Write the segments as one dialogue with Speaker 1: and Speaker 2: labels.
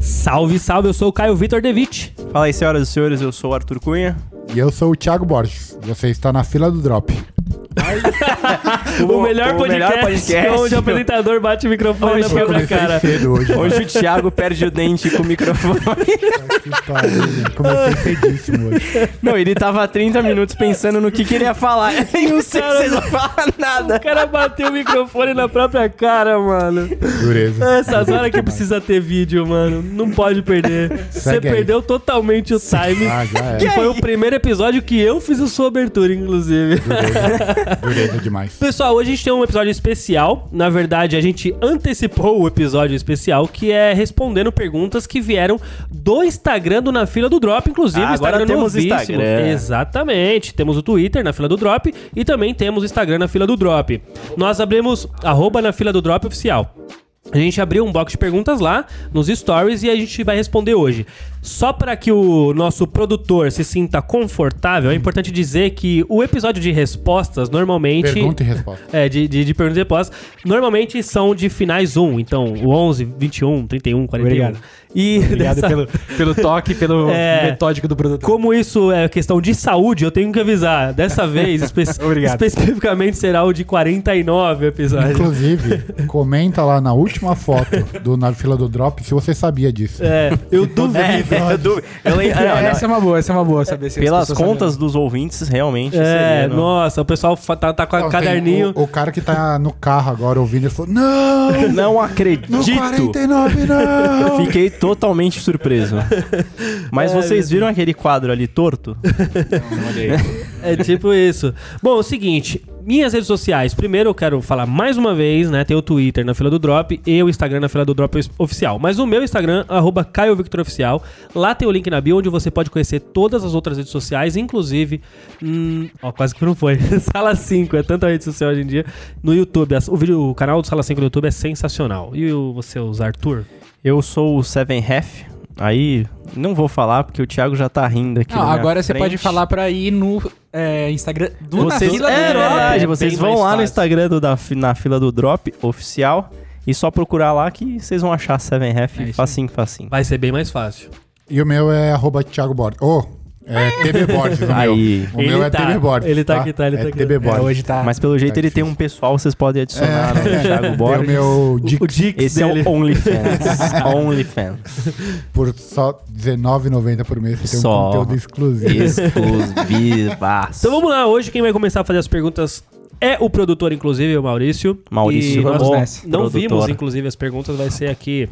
Speaker 1: Salve, salve, eu sou o Caio Vitor Devitt.
Speaker 2: Fala aí, senhoras e senhores, eu sou o Arthur Cunha.
Speaker 3: E eu sou o Thiago Borges. Você está na fila do drop.
Speaker 1: O, melhor,
Speaker 2: o
Speaker 1: podcast
Speaker 2: melhor podcast,
Speaker 1: onde o
Speaker 2: meu.
Speaker 1: apresentador bate o microfone na
Speaker 2: Hoje eu
Speaker 1: própria
Speaker 3: comecei
Speaker 1: cara.
Speaker 3: cedo hoje. né?
Speaker 2: Hoje o Thiago perde o dente com o microfone.
Speaker 3: Que pariu, gente. comecei cedíssimo hoje.
Speaker 2: Não, ele tava há 30 minutos pensando no que, que ele ia falar. E não sei
Speaker 1: cara-
Speaker 2: se vocês não falam nada.
Speaker 1: O cara bateu o microfone na própria cara, mano.
Speaker 3: Dureza.
Speaker 1: Essas horas que precisa ter vídeo, mano. Não pode perder. Você
Speaker 3: Segue aí.
Speaker 1: perdeu totalmente o time.
Speaker 3: Ah, já
Speaker 1: Que
Speaker 3: é.
Speaker 1: foi o primeiro episódio que eu fiz a sua abertura, inclusive.
Speaker 3: Dureza demais.
Speaker 1: Pessoal, hoje a gente tem um episódio especial. Na verdade, a gente antecipou o episódio especial, que é respondendo perguntas que vieram do Instagram do Na Fila do Drop, inclusive.
Speaker 2: Ah, agora
Speaker 1: Instagram
Speaker 2: temos
Speaker 1: novíssimo.
Speaker 2: Instagram.
Speaker 1: Exatamente. Temos o Twitter na Fila do Drop e também temos o Instagram na Fila do Drop. Nós abrimos arroba na Fila do Drop oficial. A gente abriu um box de perguntas lá nos stories e a gente vai responder hoje. Só para que o nosso produtor se sinta confortável, é importante dizer que o episódio de respostas normalmente.
Speaker 3: Pergunta e resposta.
Speaker 1: É, de, de, de perguntas e respostas. Normalmente são de finais 1, então o 11, 21, 31, 41.
Speaker 4: Obrigado.
Speaker 1: E
Speaker 4: Obrigado
Speaker 1: dessa-
Speaker 4: pelo, pelo toque, pelo
Speaker 1: É.
Speaker 4: metódico do produtor.
Speaker 1: Como isso é questão de saúde, eu tenho que avisar. Dessa vez, espe-
Speaker 4: Obrigado.
Speaker 1: especificamente, será o de 49 episódios.
Speaker 3: Inclusive, comenta lá na última foto do Na Fila do Drop se você sabia disso.
Speaker 1: É, eu duvido.
Speaker 2: É, eu duvido. Eu lembro-
Speaker 4: É,
Speaker 2: não, não.
Speaker 4: essa é uma boa, essa é uma boa saber se as
Speaker 2: Pelas
Speaker 4: pessoas
Speaker 2: contas dos ouvintes, realmente.
Speaker 1: É,
Speaker 2: seria, não.
Speaker 1: nossa, o pessoal fa- tá, tá com
Speaker 3: Não,
Speaker 1: o
Speaker 3: Então, tem
Speaker 1: caderninho.
Speaker 3: O, o cara que tá no carro agora ouvindo, ele falou: Não!
Speaker 2: Não
Speaker 3: No
Speaker 2: acredito.
Speaker 3: 49, não!
Speaker 2: Fiquei totalmente surpreso. Mas vocês viram aquele quadro ali torto?
Speaker 1: É tipo isso. Bom, é o seguinte, minhas redes sociais. Primeiro eu quero falar mais uma vez, né? Tem o Twitter na fila do Drop e o Instagram na fila do Drop oficial. Mas o meu Instagram, arroba Caio Victor Oficial. Lá tem o link na bio onde você pode conhecer todas as outras redes sociais, inclusive. hum, ó, quase que não foi. Sala 5, é tanta rede social hoje em dia. No YouTube. as- O, vídeo, o canal do Sala 5 no YouTube é sensacional. E o, você, os Arthur?
Speaker 2: Eu sou o Seven Half. Aí, não vou falar porque o Thiago já tá rindo aqui.
Speaker 4: Não,
Speaker 2: na minha
Speaker 4: agora você
Speaker 2: frente.
Speaker 4: pode falar pra ir no é, Instagram do
Speaker 2: Vocês,
Speaker 4: Na Fila
Speaker 2: é,
Speaker 4: do Drop.
Speaker 2: verdade,
Speaker 4: É
Speaker 2: vocês
Speaker 4: bem
Speaker 2: vão
Speaker 4: mais
Speaker 2: lá no
Speaker 4: fácil.
Speaker 2: Instagram do, da, fi- na fila do Drop oficial e só procurar lá que vocês vão achar Seven Ref
Speaker 4: É isso aí.
Speaker 2: facinho, facinho.
Speaker 1: Vai ser bem mais fácil.
Speaker 3: E o meu é arroba Thiago Borges. Ô, é TB Borges o meu.
Speaker 2: Aí.
Speaker 3: O meu
Speaker 1: Ele
Speaker 3: é
Speaker 1: tá-
Speaker 3: TB Borges.
Speaker 1: ele tá aqui, tá, ele
Speaker 3: é
Speaker 1: tá aqui.
Speaker 3: TB
Speaker 1: É,
Speaker 3: Borges.
Speaker 4: É, hoje tá. É.
Speaker 2: Mas pelo jeito
Speaker 3: Tá
Speaker 2: ele tem
Speaker 3: difícil.
Speaker 2: um pessoal, vocês podem adicionar no Thiago
Speaker 3: Tem o
Speaker 2: Borges.
Speaker 3: meu
Speaker 1: O-
Speaker 3: Dick
Speaker 1: O Dix
Speaker 2: Esse
Speaker 1: dele.
Speaker 2: é o OnlyFans. OnlyFans.
Speaker 3: por só R$19,90 por mês. Você tem
Speaker 2: Só.
Speaker 3: um conteúdo exclusivo.
Speaker 2: Exclusivaço.
Speaker 1: Então vamos lá, hoje quem vai começar a fazer as perguntas é o produtor, inclusive, o Maurício.
Speaker 2: Maurício,
Speaker 1: e nós
Speaker 2: bom
Speaker 4: nessa.
Speaker 1: não
Speaker 2: produtor.
Speaker 1: vimos, inclusive, as perguntas, vai ser aqui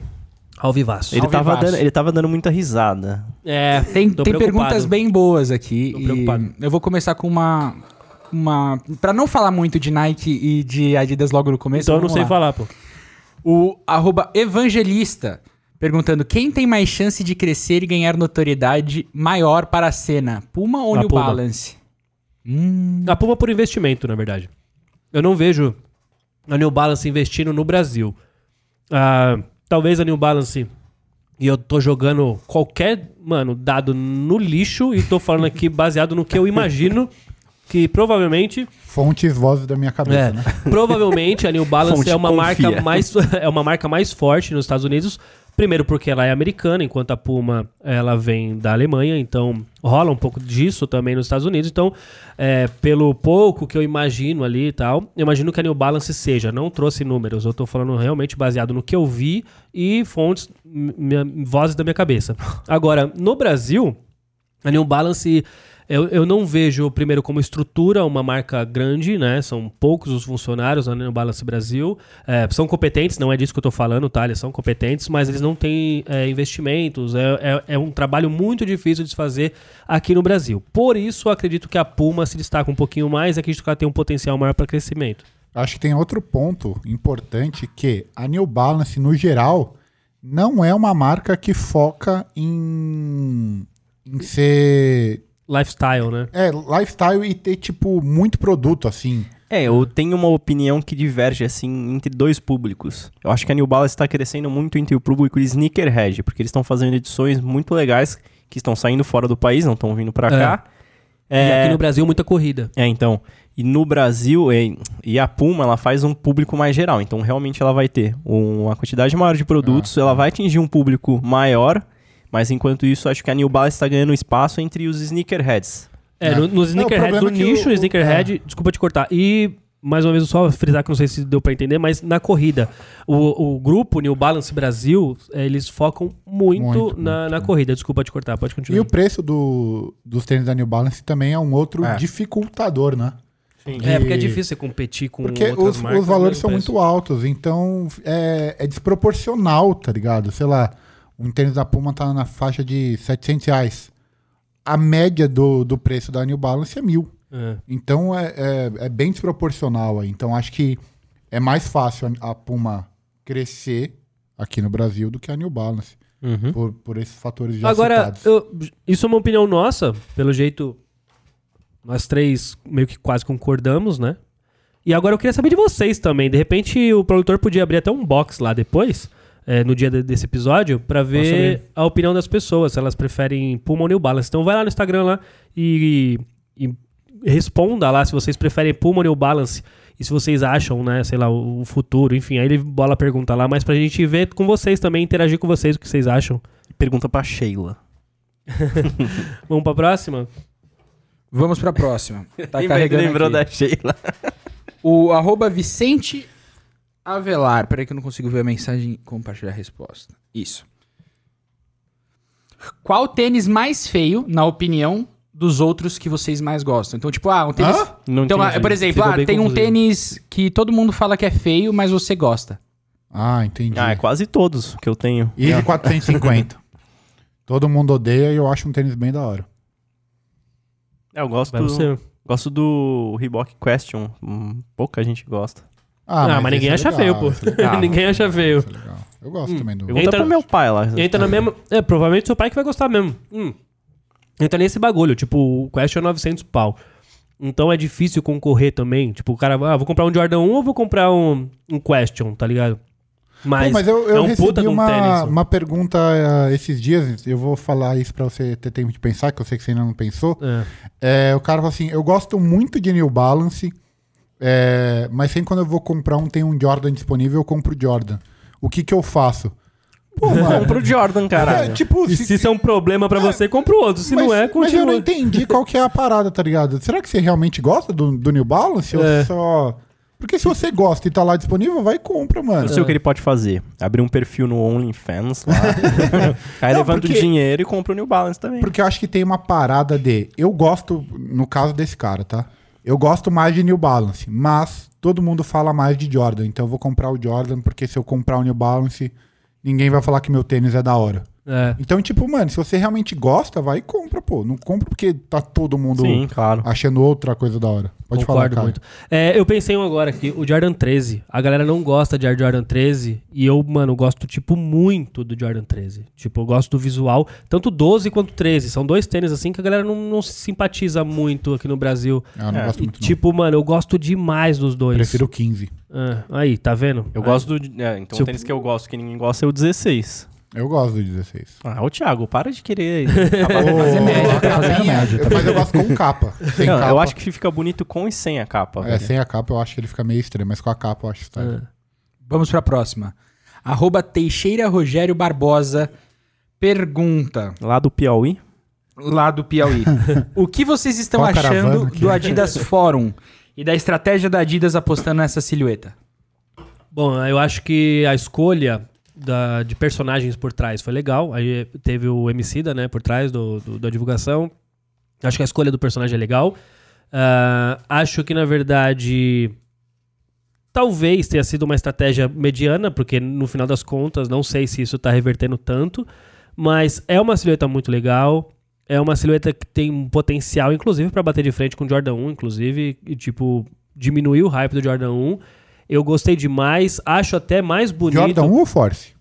Speaker 1: ao vivaço.
Speaker 2: Ele
Speaker 4: Ao
Speaker 2: tava,
Speaker 4: vivaço.
Speaker 2: dando, ele tava dando muita risada.
Speaker 1: É,
Speaker 4: Tem,
Speaker 1: tô
Speaker 4: tem
Speaker 1: preocupado.
Speaker 4: perguntas bem boas aqui.
Speaker 1: Tô
Speaker 4: e
Speaker 1: preocupado.
Speaker 4: eu vou começar com uma. uma pra não falar muito de Nike e de Adidas logo no começo.
Speaker 1: Então eu não
Speaker 4: vamos
Speaker 1: sei
Speaker 4: lá.
Speaker 1: falar, pô.
Speaker 4: O arroba evangelista perguntando quem tem mais chance de crescer e ganhar notoriedade maior para a cena, Puma ou
Speaker 1: A
Speaker 4: New
Speaker 1: Puma.
Speaker 4: Balance? Hum,
Speaker 1: A Puma é por investimento, na verdade. Eu não vejo a New Balance investindo no Brasil. Ah, talvez a New Balance. E eu tô jogando qualquer, mano, dado no lixo e tô falando aqui baseado no que eu imagino que provavelmente
Speaker 3: Fontes, vozes da minha cabeça,
Speaker 1: É.
Speaker 3: né?
Speaker 1: Provavelmente a New Balance
Speaker 2: Fonte,
Speaker 1: é uma
Speaker 2: confia.
Speaker 1: marca mais é uma marca mais forte nos Estados Unidos. Primeiro porque ela é americana, enquanto a Puma ela vem da Alemanha, então rola um pouco disso também nos Estados Unidos. Então, é, pelo pouco que eu imagino ali e tal, eu imagino que a New Balance seja. Não trouxe números, eu tô falando realmente baseado no que eu vi e fontes, m- minha- vozes da minha cabeça. Agora, no Brasil, a New um Balance, eu, eu não vejo, primeiro, como estrutura uma marca grande, né? São poucos os funcionários na New Balance Brasil. É, são competentes, não é disso que eu tô falando, tá? Eles são competentes, mas eles não têm é, investimentos. É, é, é um trabalho muito difícil de se fazer aqui no Brasil. Por isso, eu acredito que a Puma se destaca um pouquinho mais e acredito que ela tem um potencial maior para crescimento.
Speaker 3: Acho que tem outro ponto importante que a New Balance, no geral, não é uma marca que foca em, em ser...
Speaker 1: Lifestyle, né?
Speaker 3: É, lifestyle e ter, tipo, muito produto, assim.
Speaker 2: É, eu tenho uma opinião que diverge, assim, entre dois públicos. Eu acho que a New Balance está crescendo muito entre o público de sneakerhead, porque eles estão fazendo edições muito legais que estão saindo fora do país, não estão vindo pra
Speaker 1: É.
Speaker 2: cá.
Speaker 1: E
Speaker 2: É,
Speaker 1: aqui no Brasil, muita corrida.
Speaker 2: é, então. E no Brasil, e, e a Puma, ela faz um público mais geral. Então, realmente, ela vai ter uma quantidade maior de produtos, ela vai atingir um público maior Mas enquanto isso, acho que a New Balance está ganhando espaço entre os sneakerheads.
Speaker 1: É,
Speaker 3: É.
Speaker 1: no- nos
Speaker 3: Não, o
Speaker 1: sneakerheads, no
Speaker 3: problema é que
Speaker 1: nicho
Speaker 3: o- o-
Speaker 1: sneakerhead, desculpa te cortar, e mais uma vez só frisar que não sei se deu pra entender, mas na corrida, o, o grupo New Balance Brasil, eh, eles focam muito,
Speaker 3: Muito, é.
Speaker 1: na, na corrida, desculpa te cortar, pode
Speaker 3: E
Speaker 1: continuar.
Speaker 3: o preço do, dos tênis da New Balance também é um outro
Speaker 2: É.
Speaker 3: dificultador, né?
Speaker 1: É, porque é
Speaker 3: E-
Speaker 1: difícil você competir com
Speaker 3: Porque
Speaker 1: outras
Speaker 3: os,
Speaker 1: marcas.
Speaker 3: os valores
Speaker 1: né,
Speaker 3: são
Speaker 1: no
Speaker 3: muito altos, então é, é desproporcional, tá ligado? Sei lá, um tênis da Puma tá na faixa de 700 reais. A média do, do preço da New Balance é mil.
Speaker 1: preço. É.
Speaker 3: Então é, é, é bem desproporcional aí. Então acho que é mais fácil a, a Puma crescer aqui no Brasil do que a New Balance. Por, por esses fatores já
Speaker 1: Uhum. Agora,
Speaker 3: citados.
Speaker 1: eu- isso é uma opinião nossa, pelo jeito nós três meio que quase concordamos, né? E agora eu queria saber de vocês também. De repente o produtor podia abrir até um box lá depois, eh, no dia de- desse episódio, pra ver a opinião das pessoas, se elas preferem Puma ou New Balance. Então vai lá no Instagram lá e, e responda lá se vocês preferem Puma ou New Balance e se vocês acham, né, sei lá, o o futuro, enfim. Aí ele bola a pergunta lá, mas pra gente ver com vocês também, interagir com vocês o que vocês acham.
Speaker 2: Pergunta pra Sheila.
Speaker 1: Vamos pra próxima?
Speaker 4: Vamos pra próxima. Tá
Speaker 2: Lembra-
Speaker 4: carregando
Speaker 2: lembrou
Speaker 4: aqui.
Speaker 2: da Sheila.
Speaker 4: O arroba Vicente Avelar. Peraí que eu não consigo ver a mensagem. Compartilhar a resposta. Isso. Qual tênis mais feio, na opinião dos outros que vocês mais gostam? Então, tipo, ah, um tênis.
Speaker 3: Hã?
Speaker 2: Não
Speaker 4: Então, ah,
Speaker 2: entendi.
Speaker 4: por exemplo,
Speaker 1: Ficou
Speaker 4: ah,
Speaker 1: bem
Speaker 4: tem um
Speaker 1: confuso.
Speaker 4: tênis que todo mundo fala que é feio, mas você gosta.
Speaker 3: Ah, entendi.
Speaker 2: Ah, é quase todos que eu tenho.
Speaker 3: E de 450. Todo mundo odeia e eu acho um tênis bem da hora.
Speaker 2: É, eu gosto,
Speaker 1: Vai você.
Speaker 2: gosto do Reebok Question. Hum, pouca gente gosta.
Speaker 1: Ah, mas, ninguém
Speaker 3: esse é
Speaker 1: acha feio,
Speaker 3: legal,
Speaker 1: pô.
Speaker 3: esse é legal,
Speaker 1: ninguém acha feio.
Speaker 3: esse é legal. Eu gosto também do.
Speaker 2: Pergunta
Speaker 1: Entra-
Speaker 2: pro meu pai lá.
Speaker 1: E entra na mesma. É, provavelmente seu pai que vai gostar mesmo. Hum. Entra nesse bagulho, tipo, o Quest é 900 pau. Então é difícil concorrer também. Tipo, o cara, ah, vou comprar um Jordan 1 ou vou comprar um, um Question, tá ligado?
Speaker 3: Pô,
Speaker 1: Mas,
Speaker 3: mas eu, eu
Speaker 1: é um
Speaker 3: recebi
Speaker 1: puta de um
Speaker 3: uma,
Speaker 1: tênis.
Speaker 3: uma pergunta eh, esses dias, eu vou falar isso pra você ter tempo de pensar, que eu sei que você ainda não pensou.
Speaker 1: É.
Speaker 3: É, o cara falou assim: eu gosto muito de New Balance, é, mas sempre quando eu vou comprar um, tem um Jordan disponível, eu compro o Jordan. O que que eu faço? Pô, mano,
Speaker 2: Compra o Jordan,
Speaker 3: é,
Speaker 2: caralho.
Speaker 3: tipo,
Speaker 1: E se isso é um problema pra você, compra o outro. Se
Speaker 3: mas,
Speaker 1: não é,
Speaker 3: mas eu
Speaker 1: continua.
Speaker 3: não entendi qual que é a parada, tá ligado? Será que você realmente gosta do, do New Balance?
Speaker 1: É.
Speaker 3: Ou só. Porque se você gosta e tá lá disponível, vai e compra, mano.
Speaker 2: Eu sei o que ele pode fazer. Abrir um perfil no OnlyFans lá. Aí
Speaker 3: Não,
Speaker 2: levanta
Speaker 3: porque-
Speaker 2: o dinheiro e compra o New Balance também.
Speaker 3: Porque eu acho que tem uma parada de. Eu gosto, no caso desse cara, tá? Eu gosto mais de New Balance, mas todo mundo fala mais de Jordan. Então eu vou comprar o Jordan, porque se eu comprar o New Balance, ninguém vai falar que meu tênis é da hora.
Speaker 1: É.
Speaker 3: Então, tipo, mano, se você realmente gosta, vai e compra, pô. Não compra porque tá todo mundo
Speaker 2: Sim, claro.
Speaker 3: achando outra coisa da hora. Pode falar,
Speaker 1: Concordo
Speaker 3: cara.
Speaker 1: muito. É, eu pensei em um agora aqui, o Jordan 13. A galera não gosta de Jordan 13 e eu, mano, gosto, tipo, muito do Jordan 13. Tipo, eu gosto do visual, tanto 12 quanto 13. São dois tênis, assim, que a galera não, não se simpatiza muito aqui no Brasil.
Speaker 3: Ah, eu não
Speaker 2: É,
Speaker 3: gosto
Speaker 1: E,
Speaker 3: muito, não.
Speaker 1: tipo, mano, eu gosto demais dos dois.
Speaker 3: Prefiro o 15.
Speaker 1: Ah, aí, tá vendo?
Speaker 2: Eu gosto do. é, então
Speaker 1: Se
Speaker 2: o
Speaker 1: eu-
Speaker 2: tênis que eu gosto, que ninguém gosta, é o 16.
Speaker 3: Eu gosto do 16.
Speaker 2: Ah, ô Thiago, para de querer.
Speaker 3: Ô,
Speaker 4: média,
Speaker 3: a capinha, mas eu gosto com capa. Sem
Speaker 2: Não,
Speaker 3: capa.
Speaker 2: eu acho que fica bonito com e sem a capa.
Speaker 3: É,
Speaker 1: né?
Speaker 2: velho.
Speaker 3: sem a capa eu acho que ele fica meio estranho, mas com a capa eu acho estranho.
Speaker 1: Ah.
Speaker 4: Vamos pra próxima. Arroba Teixeira Rogério Barbosa pergunta
Speaker 2: Lá do Piauí.
Speaker 4: lá do Piauí. o que vocês estão
Speaker 3: Qual a
Speaker 4: achando
Speaker 3: caravana é? aqui?
Speaker 4: do Adidas Forum e da estratégia da Adidas apostando nessa silhueta?
Speaker 1: Bom, eu acho que a escolha da- de personagens por trás foi legal. Aí teve o Emicida, né, por trás do, do- da divulgação. Acho que a escolha do personagem é legal. Ah, acho que, na verdade, talvez tenha sido uma estratégia mediana, porque no final das contas, não sei se isso tá revertendo tanto. Mas é uma silhueta muito legal. É uma silhueta que tem um potencial, inclusive, para bater de frente com o Jordan 1, inclusive. E, tipo, diminuiu o hype do Jordan 1. Eu gostei demais. Acho até mais bonito.
Speaker 3: Jordan 1 ou Force?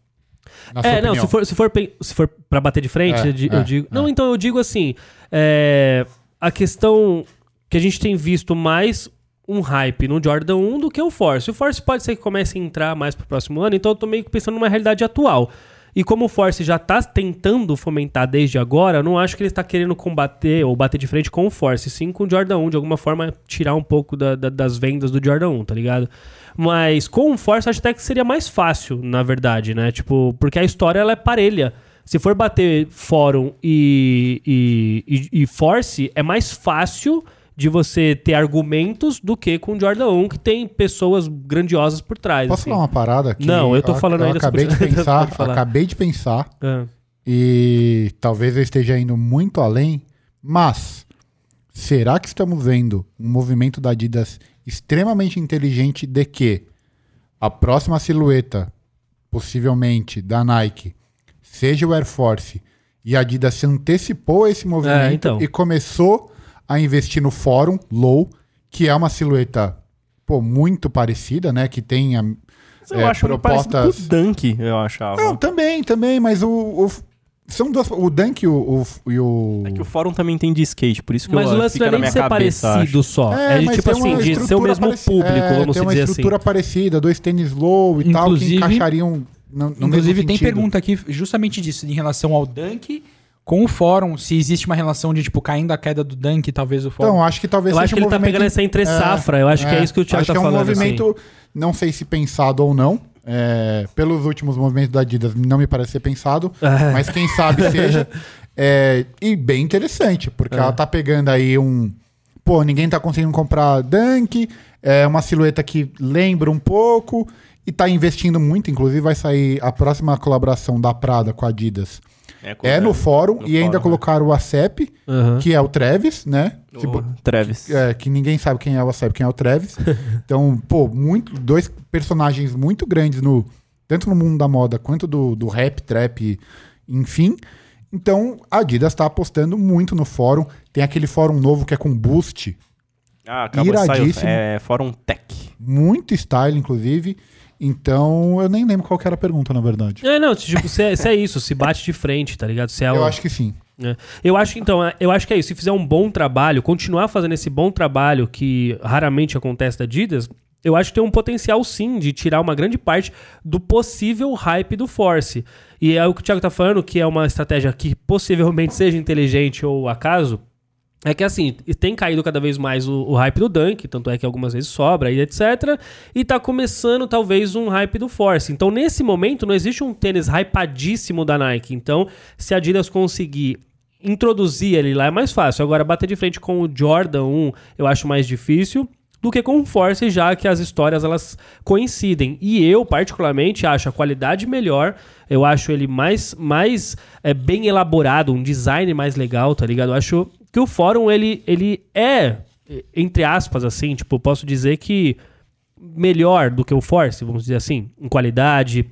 Speaker 3: Na sua
Speaker 1: É, não,
Speaker 3: opinião.
Speaker 1: se for, se for, pen- se for pra bater de frente,
Speaker 3: É,
Speaker 1: eu di-
Speaker 3: é,
Speaker 1: eu digo.
Speaker 3: é.
Speaker 1: Não, então eu digo assim: é, a questão que a gente tem visto mais um hype no Jordan 1 do que o Force. O Force pode ser que comece a entrar mais pro próximo ano, então eu tô meio que pensando numa realidade atual. E como o Force já tá tentando fomentar desde agora, eu não acho que ele está querendo combater ou bater de frente com o Force, sim com o Jordan 1, de alguma forma tirar um pouco da- da- das vendas do Jordan 1, tá ligado? Mas com o Force acho até que seria mais fácil, na verdade, né? Tipo, porque a história ela é parelha. Se for bater fórum e, e, e- e force, é mais fácil de você ter argumentos do que com o Jordan 1, que tem pessoas grandiosas por trás.
Speaker 3: Posso
Speaker 1: assim.
Speaker 3: falar uma parada aqui?
Speaker 1: Não, eu tô falando
Speaker 3: eu
Speaker 1: ainda
Speaker 3: acabei de
Speaker 1: sobre-
Speaker 3: pensar,
Speaker 1: Pode falar.
Speaker 3: acabei de pensar
Speaker 1: Ah,
Speaker 3: e talvez eu esteja indo muito além, mas será que estamos vendo um movimento da Adidas extremamente inteligente de que a próxima silhueta, possivelmente da Nike, seja o Air Force e a Adidas se antecipou a esse movimento
Speaker 1: É, então.
Speaker 3: e começou a investir no Fórum Low, que é uma silhueta pô, muito parecida, né? Que tem a,
Speaker 2: Eu
Speaker 3: é,
Speaker 2: acho
Speaker 3: propostas-
Speaker 2: propostas... parecido com o Dunk, eu achava.
Speaker 1: Tá
Speaker 3: não, também, também, mas o. o- são duas. O Dunk e o. o- e o-
Speaker 2: É que o fórum também tem de skate, por isso que
Speaker 1: Mas
Speaker 2: eu
Speaker 1: o lance
Speaker 2: fica
Speaker 1: não é
Speaker 2: na
Speaker 1: nem
Speaker 2: minha
Speaker 1: ser
Speaker 2: cabeça,
Speaker 1: parecido só. É, de,
Speaker 3: mas
Speaker 1: tipo
Speaker 3: tem uma
Speaker 1: assim, de ser o
Speaker 3: estrutura
Speaker 1: mesmo
Speaker 3: pareci-
Speaker 1: público,
Speaker 3: é,
Speaker 1: vamos
Speaker 3: tem uma
Speaker 1: dizer assim.
Speaker 3: estrutura parecida, dois tênis low e tal, que
Speaker 1: Inclusive-
Speaker 3: encaixariam no, no
Speaker 4: Inclusive,
Speaker 3: mesmo
Speaker 4: tem
Speaker 3: sentido.
Speaker 4: pergunta aqui justamente disso, em relação ao Dunk com o fórum, se existe uma relação de, tipo, caindo a queda do Dunk, talvez o fórum.
Speaker 3: Então, acho que talvez
Speaker 1: Eu acho
Speaker 3: seja
Speaker 1: que ele
Speaker 3: um
Speaker 1: tá
Speaker 3: movimento
Speaker 1: pegando essa entre safra, eu acho que é isso que o Thiago
Speaker 3: acho
Speaker 1: tá
Speaker 3: que é um
Speaker 1: falando. assim.
Speaker 3: movimento, não sei se pensado ou não. é, pelos últimos movimentos da Adidas, não me parece ser pensado,
Speaker 1: É.
Speaker 3: mas quem sabe seja. É, e bem interessante,
Speaker 1: É.
Speaker 3: porque ela tá pegando aí um. Pô, ninguém tá conseguindo comprar Dunk, é uma silhueta que lembra um pouco e tá investindo muito. Inclusive, vai sair a próxima colaboração da Prada com a Adidas.
Speaker 2: É, com-
Speaker 3: É no fórum
Speaker 2: No
Speaker 3: e
Speaker 2: fórum,
Speaker 3: ainda
Speaker 2: né?
Speaker 3: colocaram o ACEP,
Speaker 1: Aham.
Speaker 3: que é o Travis, né? Se bo-
Speaker 2: O Travis.
Speaker 3: é, que ninguém sabe quem é o sabe quem é o Travis. Então, pô, muito, dois personagens muito grandes no tanto no mundo da moda quanto do, do rap, trap, enfim. Então, a Adidas tá apostando muito no fórum. Tem aquele fórum novo que é com boost,
Speaker 2: Ah, acabou de sair. o-
Speaker 3: Iradíssimo.
Speaker 2: É fórum tech.
Speaker 3: muito style inclusive. Então, eu nem lembro qual que era a pergunta, na verdade.
Speaker 1: É, não, tipo, se é, se é isso, se bate de frente, tá ligado? Se é
Speaker 3: Eu
Speaker 1: um-
Speaker 3: acho que sim.
Speaker 1: É. Eu acho, então, é- eu acho que é isso. Se fizer um bom trabalho, continuar fazendo esse bom trabalho que raramente acontece da Adidas, eu acho que tem um potencial sim de tirar uma grande parte do possível hype do Force. E é o que o Thiago tá falando, que é uma estratégia que possivelmente seja inteligente ou acaso. É que assim, e tem caído cada vez mais o, o hype do Dunk, tanto é que algumas vezes sobra e etc. E tá começando talvez um hype do Force. Então, nesse momento, não existe um tênis hypadíssimo da Nike. Então, se a Adidas conseguir introduzir ele lá, é mais fácil. Agora, bater de frente com o Jordan 1, eu acho mais difícil do que com o Force, já que as histórias elas coincidem. E eu, particularmente, acho a qualidade melhor, eu acho ele mais, mais é, bem elaborado, um design mais legal, tá ligado? Eu acho que o fórum, ele, ele é, entre aspas, assim, tipo, posso dizer que melhor do que o Force, vamos dizer assim, em qualidade,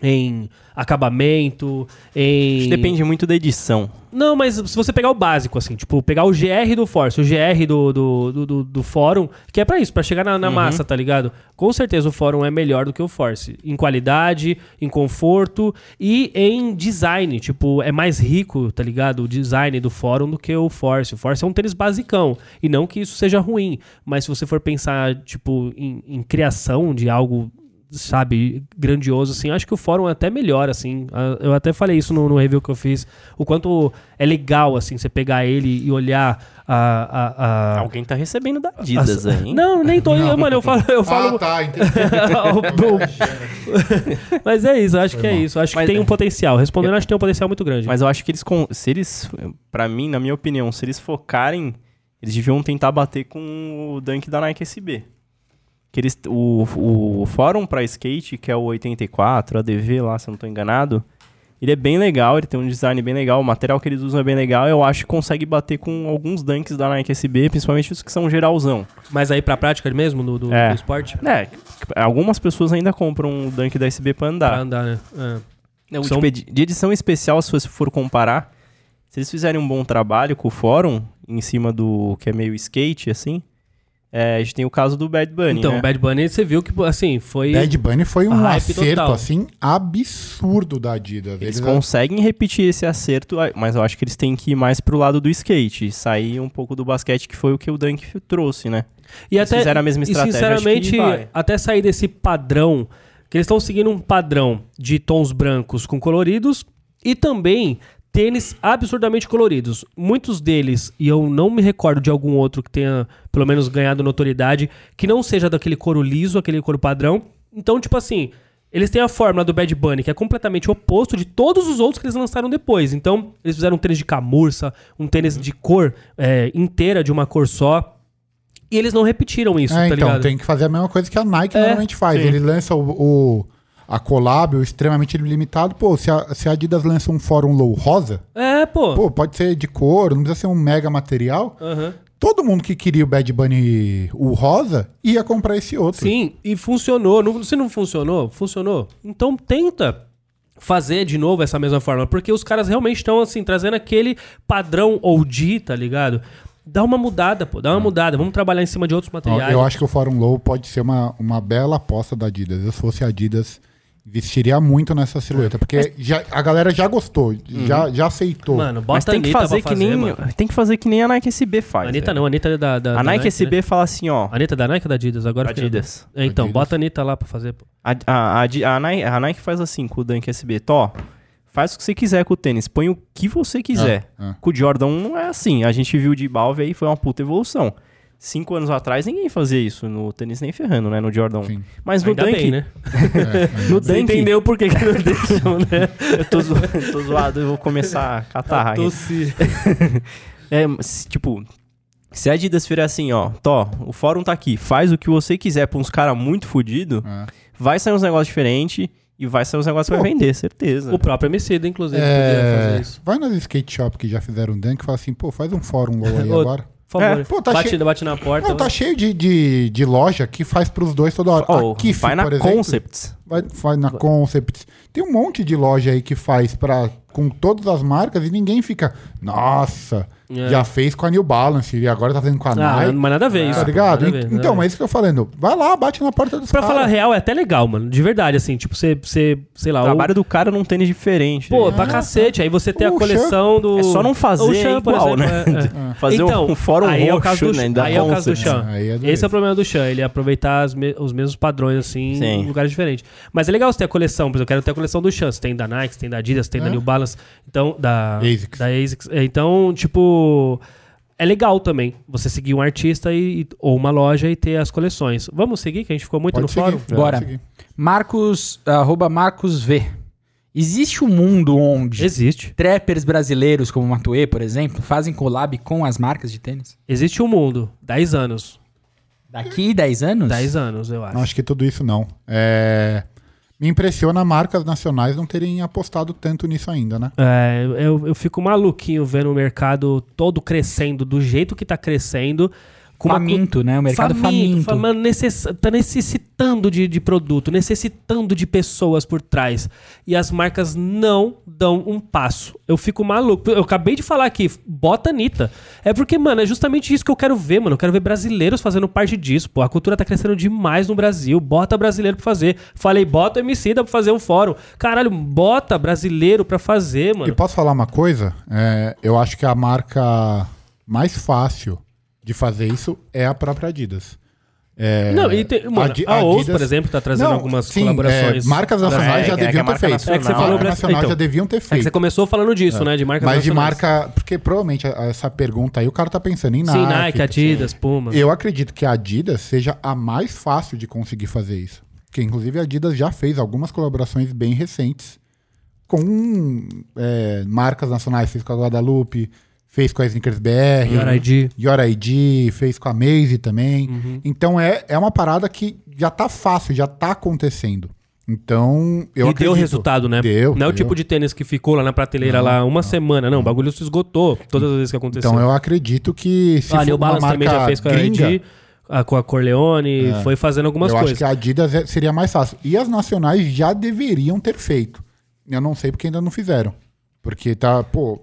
Speaker 1: em acabamento, em...
Speaker 2: Acho que Depende muito da edição.
Speaker 1: Não, mas se você pegar o básico, assim, tipo, pegar o GR do Force, o GR do, do, do, do- do fórum, que é pra isso, pra chegar na, na massa, tá ligado? Com certeza o fórum é melhor do que o Force. Em qualidade, em conforto e em design. Tipo, é mais rico, tá ligado? O design do fórum do que o Force. O Force é um tênis basicão. E não que isso seja ruim. Mas se você for pensar, tipo, em, em criação de algo sabe, grandioso, assim. Acho que o fórum é até melhor, assim. Ah, Eu até falei isso no, no review que eu fiz. O quanto é legal, assim, você pegar ele e olhar a. a, a-
Speaker 2: Alguém tá recebendo da Adidas aí, hein?
Speaker 1: Não, nem tô. Eu, mano, eu falo. Eu falo
Speaker 3: Ah, tá, entendi.
Speaker 1: o- o- Mas é isso, acho que é isso. Acho
Speaker 2: Mas-
Speaker 1: que tem um potencial. Respondendo, acho que tem um potencial muito grande.
Speaker 2: Mas eu acho que eles, con- se eles, pra mim, na minha opinião, se eles focarem, eles deviam tentar bater com o Dunk da Nike SB. Que eles, o, o fórum pra skate, que é o 84, ADV lá, se eu não tô enganado, ele é bem legal, ele tem um design bem legal, o material que eles usam é bem legal, eu acho que consegue bater com alguns Dunks da Nike SB, principalmente os que são geralzão.
Speaker 1: Mas aí pra prática mesmo, do, do,
Speaker 2: É.
Speaker 1: do esporte,
Speaker 2: É, algumas pessoas ainda compram o Dunk da SB pra andar.
Speaker 1: pra andar, né? É.
Speaker 2: Não,
Speaker 1: São-
Speaker 2: tipo, de de edição especial, se você for comparar, se eles fizerem um bom trabalho com o fórum, em cima do que é meio skate, assim, é, a gente tem o caso do Bad Bunny,
Speaker 1: Então,
Speaker 2: né?
Speaker 1: Bad Bunny, você viu que, assim, foi.
Speaker 3: Bad Bunny foi um
Speaker 1: Hype
Speaker 3: acerto,
Speaker 1: total.
Speaker 3: assim, absurdo da Adidas.
Speaker 2: Eles
Speaker 3: Eles-
Speaker 2: conseguem repetir esse acerto, ah, mas eu acho que eles têm que ir mais pro lado do skate, sair um pouco do basquete, que foi o que o Dunk trouxe, né?
Speaker 1: E
Speaker 2: Eles fizeram a mesma estratégia,
Speaker 1: E sinceramente,
Speaker 2: acho que vai.
Speaker 1: até sair desse padrão, que eles estão seguindo um padrão de tons brancos com coloridos e também tênis absurdamente coloridos. Muitos deles, e eu não me recordo de algum outro que tenha pelo menos ganhado notoriedade, que não seja daquele couro liso, aquele couro padrão. Então, tipo assim, Eles têm a fórmula do Bad Bunny, que é completamente oposto de todos os outros que eles lançaram depois. Então, eles fizeram um tênis de camurça, um tênis de cor é, inteira, de uma cor só. E eles não repetiram isso,
Speaker 3: É,
Speaker 1: tá
Speaker 3: então,
Speaker 1: ligado?
Speaker 3: tem que fazer a mesma coisa que a Nike
Speaker 1: É,
Speaker 3: normalmente faz.
Speaker 1: sim.
Speaker 3: Ele lança o, o- a collab, o extremamente limitado. Pô, se a, se a Adidas lança um fórum low rosa,
Speaker 1: É, pô.
Speaker 3: pô, pode ser de couro, não precisa ser um mega material.
Speaker 1: Aham.
Speaker 3: Todo mundo que queria o Bad Bunny o rosa ia comprar esse outro.
Speaker 1: Sim, e funcionou. Não- se não funcionou, funcionou. Então tenta fazer de novo essa mesma forma, porque os caras realmente estão assim trazendo aquele padrão OG, tá ligado? Dá uma mudada, pô, dá
Speaker 2: Hum.
Speaker 1: uma mudada. Vamos trabalhar em cima de outros
Speaker 3: Ó,
Speaker 1: materiais.
Speaker 3: Eu acho que o Fórum Low pode ser uma, uma bela aposta da Adidas. Eu, se fosse a Adidas, investiria muito nessa silhueta. Porque já, a galera já gostou, já, já aceitou.
Speaker 1: Uhum. Mano, bota
Speaker 2: Mas
Speaker 1: a
Speaker 2: tem que
Speaker 1: Anitta
Speaker 2: fazer,
Speaker 1: pra
Speaker 2: que nem,
Speaker 1: mano.
Speaker 2: tem que fazer que nem a Nike SB faz.
Speaker 1: A Anitta
Speaker 2: velho.
Speaker 1: não, a Anitta é da, da
Speaker 2: A
Speaker 1: da
Speaker 2: Nike SB
Speaker 1: né?
Speaker 2: fala assim, ó,
Speaker 1: A Anitta é da Nike ou da Adidas? Agora fiquei-
Speaker 2: Adidas.
Speaker 1: É, então,
Speaker 3: Adidas.
Speaker 1: bota a Anitta lá pra fazer. pô.
Speaker 2: A, a, a, Di- a Nike, a Nike faz assim com o Dunk SB. Tó, faz o que você quiser com o tênis. Põe o que você quiser.
Speaker 3: Ah, ah.
Speaker 2: Com o Jordan 1 não é assim. A gente viu o de Balve aí, foi uma puta evolução. Cinco anos atrás ninguém fazia isso no tênis nem ferrando, né? No Jordan 1.
Speaker 3: Sim. é,
Speaker 2: Mas no
Speaker 1: Ainda
Speaker 2: Dunk...
Speaker 1: bem, né?
Speaker 2: No
Speaker 1: Você
Speaker 2: Dunk...
Speaker 1: entendeu por que, que não deixam, né?
Speaker 2: Eu tô, zo- tô zoado, eu vou começar a catarrar aqui.
Speaker 1: Tossi.
Speaker 2: É, se, tipo, se a Adidas virar assim, ó, Tó, o fórum tá aqui, faz o que você quiser pra uns caras muito fudido,
Speaker 3: É.
Speaker 2: vai sair uns negócios diferentes e vai sair uns negócios que vai vender, certeza.
Speaker 1: O próprio MC, inclusive, podia
Speaker 3: É,
Speaker 1: fazer isso.
Speaker 3: vai nas skate shop que já fizeram dunk e fala assim, pô, faz um fórum low aí
Speaker 1: Ô,
Speaker 3: agora.
Speaker 1: Por favor.
Speaker 2: É,
Speaker 3: pô, tá
Speaker 1: bate,
Speaker 3: cheio-
Speaker 1: bate na porta. né?
Speaker 3: Não, tá
Speaker 1: vai.
Speaker 3: cheio de, de, de loja que faz pros dois toda hora.
Speaker 2: Ó,
Speaker 3: Aqui,
Speaker 2: vai na Concepts.
Speaker 3: Vai, vai na Concept. Tem um monte de loja aí que faz para com todas as marcas e ninguém fica, nossa,
Speaker 1: É.
Speaker 3: já fez com a New Balance e agora tá fazendo com a
Speaker 1: Ah,
Speaker 3: Nike.
Speaker 1: mas nada a ver isso.
Speaker 3: Tá
Speaker 1: pô,
Speaker 3: ligado?
Speaker 1: nada a ver, nada
Speaker 3: então,
Speaker 1: a ver.
Speaker 3: mas é isso que eu tô falando. Vai lá, bate na porta dos
Speaker 1: Pra
Speaker 3: caras.
Speaker 1: falar a real, é até legal, mano. De verdade, assim. Tipo, você, você sei lá...
Speaker 2: O
Speaker 1: o-
Speaker 2: trabalho do cara num tênis diferente.
Speaker 1: Pô,
Speaker 2: né?
Speaker 1: pra cacete. Aí você tem a
Speaker 3: Ah, tá. O
Speaker 1: coleção do...
Speaker 2: É só não fazer
Speaker 1: O Chan, por
Speaker 2: igual,
Speaker 1: exemplo,
Speaker 2: né?
Speaker 1: é, é.
Speaker 2: Fazer um-
Speaker 1: Então,
Speaker 2: um fórum
Speaker 1: aí é o
Speaker 2: roxo,
Speaker 1: caso do,
Speaker 2: né,
Speaker 1: Chan-
Speaker 2: da
Speaker 1: Aí é o caso do
Speaker 2: Concept.
Speaker 1: Chan.
Speaker 3: Aí é doido.
Speaker 1: Esse é o problema do Chan. Ele aproveitar as me- os mesmos padrões, assim,
Speaker 2: Sim.
Speaker 1: em lugares diferentes. Mas é legal você ter a coleção. Por exemplo, eu quero ter a coleção do Chan. Você tem da Nike, você tem da Adidas, você tem da
Speaker 3: É.
Speaker 1: New Balance. Então, da...
Speaker 3: ASICS.
Speaker 1: Da ASICS. É, Então, tipo... É legal também você seguir um artista e, ou uma loja e ter as coleções. Vamos seguir, que a gente ficou muito
Speaker 3: Pode
Speaker 1: no
Speaker 3: seguir.
Speaker 1: fórum.
Speaker 3: Pode
Speaker 4: Bora.
Speaker 3: seguir.
Speaker 4: Marcos, arroba Marcos V. Existe um mundo onde
Speaker 1: Existe.
Speaker 4: trappers brasileiros, como o Matuê, por exemplo, fazem collab com as marcas de tênis?
Speaker 1: Existe um mundo. 10 anos.
Speaker 4: Daqui 10 anos?
Speaker 1: 10 anos, eu acho.
Speaker 3: Não, acho que tudo isso não. É, Me impressiona marcas nacionais não terem apostado tanto nisso ainda, né?
Speaker 1: É, eu, eu fico maluquinho vendo o mercado todo crescendo, do jeito que tá crescendo. Com uma cu-
Speaker 4: faminto, né? O mercado faminto.
Speaker 1: fa- mano, necess- tá necessitando de, de produto, necessitando de pessoas por trás. E as marcas não dão um passo. Eu fico maluco. Eu acabei de falar aqui, bota a Anitta. É porque, mano, é justamente isso que eu quero ver, mano. Eu quero ver brasileiros fazendo parte disso, pô. A cultura tá crescendo demais no Brasil. Bota brasileiro pra fazer. Falei, bota MC dá pra fazer um fórum. Caralho, bota brasileiro pra fazer,
Speaker 3: E
Speaker 1: mano.
Speaker 3: posso falar uma coisa? É, eu acho que a marca mais fácil de fazer isso é a própria Adidas. É,
Speaker 1: Não, e tem- mano,
Speaker 3: Adi-
Speaker 1: a Ous, por exemplo, tá trazendo algumas colaborações.
Speaker 3: é, marcas nacionais
Speaker 2: É,
Speaker 3: já
Speaker 2: é que a
Speaker 3: deviam ter
Speaker 2: marca
Speaker 3: feito.
Speaker 2: nacional-
Speaker 1: É que você falou
Speaker 3: Marca
Speaker 1: Brasil-
Speaker 3: nacional
Speaker 1: então.
Speaker 3: já deviam ter
Speaker 1: É que
Speaker 3: feito.
Speaker 1: você começou falando disso, né? De marcas
Speaker 3: É. Mas de
Speaker 1: nacionais.
Speaker 3: marca... Porque provavelmente a- essa pergunta aí o cara tá pensando em Nike.
Speaker 1: Sim, Nike, Adidas, Puma.
Speaker 3: Eu acredito que a Adidas seja a mais fácil de conseguir fazer isso. Porque, inclusive, a Adidas já fez algumas colaborações bem recentes com é, marcas nacionais. Fez com a Guadalupe, fez com a Sneakers BR,
Speaker 1: Your ID.
Speaker 3: Your ID, fez com a Maze também.
Speaker 1: Uhum.
Speaker 3: Então, é, é uma parada que já tá fácil, já tá acontecendo. Então, eu
Speaker 1: e
Speaker 3: acredito.
Speaker 1: deu resultado, né?
Speaker 3: Deu,
Speaker 1: Não é o
Speaker 3: deu.
Speaker 1: tipo de tênis que ficou lá na prateleira lá uma semana. Não, o bagulho se esgotou todas as vezes que aconteceu.
Speaker 3: Então, eu acredito que se
Speaker 1: a
Speaker 3: for
Speaker 1: New
Speaker 3: uma
Speaker 1: Balance também
Speaker 3: marca
Speaker 1: já fez com a
Speaker 3: gringa, É.
Speaker 1: ID, a- com a Corleone, foi fazendo algumas
Speaker 3: eu
Speaker 1: coisas.
Speaker 3: acho que a Adidas é- seria mais fácil. E as nacionais já deveriam ter feito. Eu não sei porque ainda não fizeram. Porque tá, pô,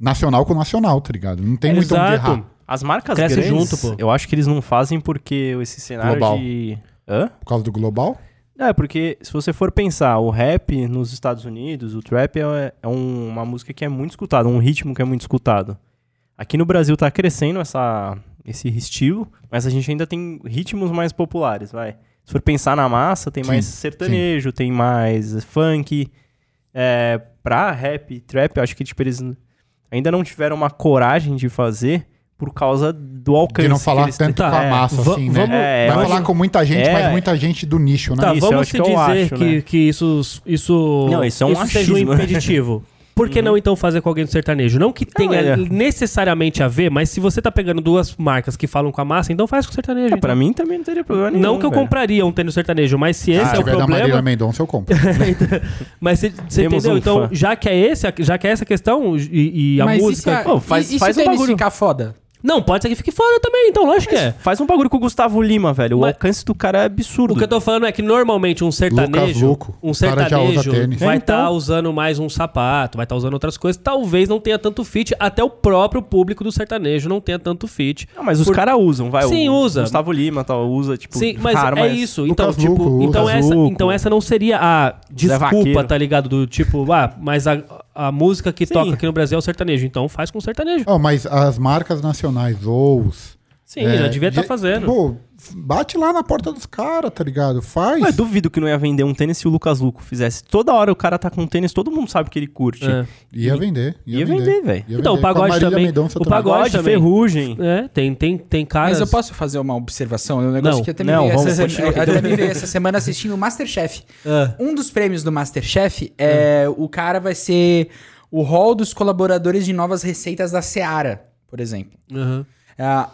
Speaker 3: nacional com nacional, tá ligado? Não tem muito onde
Speaker 1: Exato.
Speaker 3: errar. né?
Speaker 2: As marcas
Speaker 1: Cresce
Speaker 2: grandes,
Speaker 1: junto, pô.
Speaker 2: eu acho que eles não fazem porque esse cenário
Speaker 3: Global.
Speaker 2: de... Hã?
Speaker 3: Por causa do global.
Speaker 2: É, porque se você for pensar, o rap nos Estados Unidos, o trap é, é um- uma música que é muito escutada, um ritmo que é muito escutado. Aqui no Brasil tá crescendo essa, esse estilo, mas a gente ainda tem ritmos mais populares, vai. Se for pensar na massa, tem
Speaker 3: Sim,
Speaker 2: mais sertanejo, tem mais funk. É, pra rap e trap, eu acho que tipo, eles ainda não tiveram uma coragem de fazer por causa do alcance.
Speaker 3: De não
Speaker 2: que
Speaker 3: falar
Speaker 2: eles têm.
Speaker 3: tanto
Speaker 1: Tá,
Speaker 3: com a
Speaker 1: é.
Speaker 3: massa,
Speaker 1: Va-
Speaker 3: assim, né?
Speaker 1: vamos-
Speaker 2: É,
Speaker 3: Vai
Speaker 2: eu
Speaker 3: falar
Speaker 2: acho-
Speaker 3: com muita gente,
Speaker 2: é.
Speaker 3: mas muita gente do nicho, né?
Speaker 1: Tá,
Speaker 2: Isso, eu
Speaker 1: vamos
Speaker 2: acho
Speaker 1: se
Speaker 2: que eu
Speaker 1: dizer
Speaker 2: acho,
Speaker 1: que,
Speaker 2: né?
Speaker 1: que isso, isso,
Speaker 2: Não, isso é um
Speaker 1: seja um
Speaker 2: achismo. Uhum.
Speaker 1: impeditivo. Por que não então fazer com alguém do sertanejo? Não que tenha
Speaker 2: é.
Speaker 1: necessariamente a ver, mas se você tá pegando duas marcas que falam com a massa, então faz com o sertanejo.
Speaker 2: É, pra mim também não teria problema nenhum.
Speaker 1: não que eu
Speaker 2: velho.
Speaker 1: compraria um tênis sertanejo, mas se esse
Speaker 3: Ah, Se
Speaker 1: é o
Speaker 3: tiver da
Speaker 1: problema,
Speaker 3: Marília Mendonça, eu compro.
Speaker 1: Mas você você
Speaker 2: Temos
Speaker 1: entendeu?
Speaker 2: um
Speaker 1: então,
Speaker 2: fã.
Speaker 1: já que, é esse, já que é essa questão e, e a
Speaker 4: Mas
Speaker 1: música.
Speaker 4: isso é-
Speaker 2: Pô, faz-
Speaker 4: e- e
Speaker 2: faz
Speaker 4: se
Speaker 2: um
Speaker 4: o tênis
Speaker 2: bagulho.
Speaker 4: ficar foda?
Speaker 1: Não, pode ser que fique fora também, então, lógico que é.
Speaker 2: Faz um bagulho com o Gustavo Lima, velho. O
Speaker 1: Mas-
Speaker 2: alcance do cara é absurdo.
Speaker 1: O que eu tô falando é que normalmente um
Speaker 3: Lucas
Speaker 1: sertanejo,
Speaker 3: Luco.
Speaker 1: um
Speaker 3: O cara já usa
Speaker 1: sertanejo
Speaker 3: tênis.
Speaker 1: vai
Speaker 2: É,
Speaker 1: estar
Speaker 2: então.
Speaker 1: usando mais um sapato, vai estar usando outras coisas, talvez não tenha tanto fit, até o próprio público do sertanejo não tenha tanto fit.
Speaker 2: Não, mas os
Speaker 1: Por-
Speaker 2: caras usam, vai.
Speaker 1: Sim,
Speaker 2: o
Speaker 1: usa.
Speaker 2: Gustavo Lima tal, usa, tipo,
Speaker 1: Sim, mas
Speaker 2: raro,
Speaker 1: é isso. Então,
Speaker 3: Lucas
Speaker 1: tipo,
Speaker 3: Luco,
Speaker 1: então,
Speaker 2: Lucas
Speaker 1: essa,
Speaker 2: Luco.
Speaker 1: então essa não seria a desculpa,
Speaker 2: Vaqueiro.
Speaker 1: tá ligado? Do tipo, ah, mas a, a música que
Speaker 2: Sim.
Speaker 1: toca aqui no Brasil é o sertanejo, então faz com o sertanejo.
Speaker 3: Ó, mas as marcas nacionais, ou os...
Speaker 1: Sim,
Speaker 3: é,
Speaker 1: já devia estar
Speaker 3: de-
Speaker 1: fazendo.
Speaker 3: Pô, bate lá na porta dos caras, tá ligado? Faz.
Speaker 2: Mas duvido que não ia vender um tênis se o Lucas Luco fizesse. Toda hora o cara tá com um tênis, todo mundo sabe que ele curte.
Speaker 1: É.
Speaker 3: Ia vender.
Speaker 2: Ia vender, velho.
Speaker 3: Ia
Speaker 1: Então, o
Speaker 3: vender. Com a
Speaker 1: pagode
Speaker 3: Marília
Speaker 1: também-
Speaker 3: Mendonça
Speaker 1: o
Speaker 3: também.
Speaker 1: pagode-
Speaker 2: Pagode,
Speaker 1: também.
Speaker 2: ferrugem.
Speaker 1: É, tem, tem, tem caras.
Speaker 4: Mas eu posso fazer uma observação? É um negócio
Speaker 1: Não,
Speaker 4: que até me,
Speaker 2: não,
Speaker 4: veio,
Speaker 2: vamos
Speaker 4: essa,
Speaker 2: continuar.
Speaker 4: eu até me veio essa semana assistindo o Masterchef.
Speaker 1: Ah.
Speaker 4: Um dos prêmios do Masterchef é
Speaker 1: Hum.
Speaker 4: o cara vai ser o hall dos colaboradores de novas receitas da Seara, por exemplo.
Speaker 1: Aham.
Speaker 4: Ah,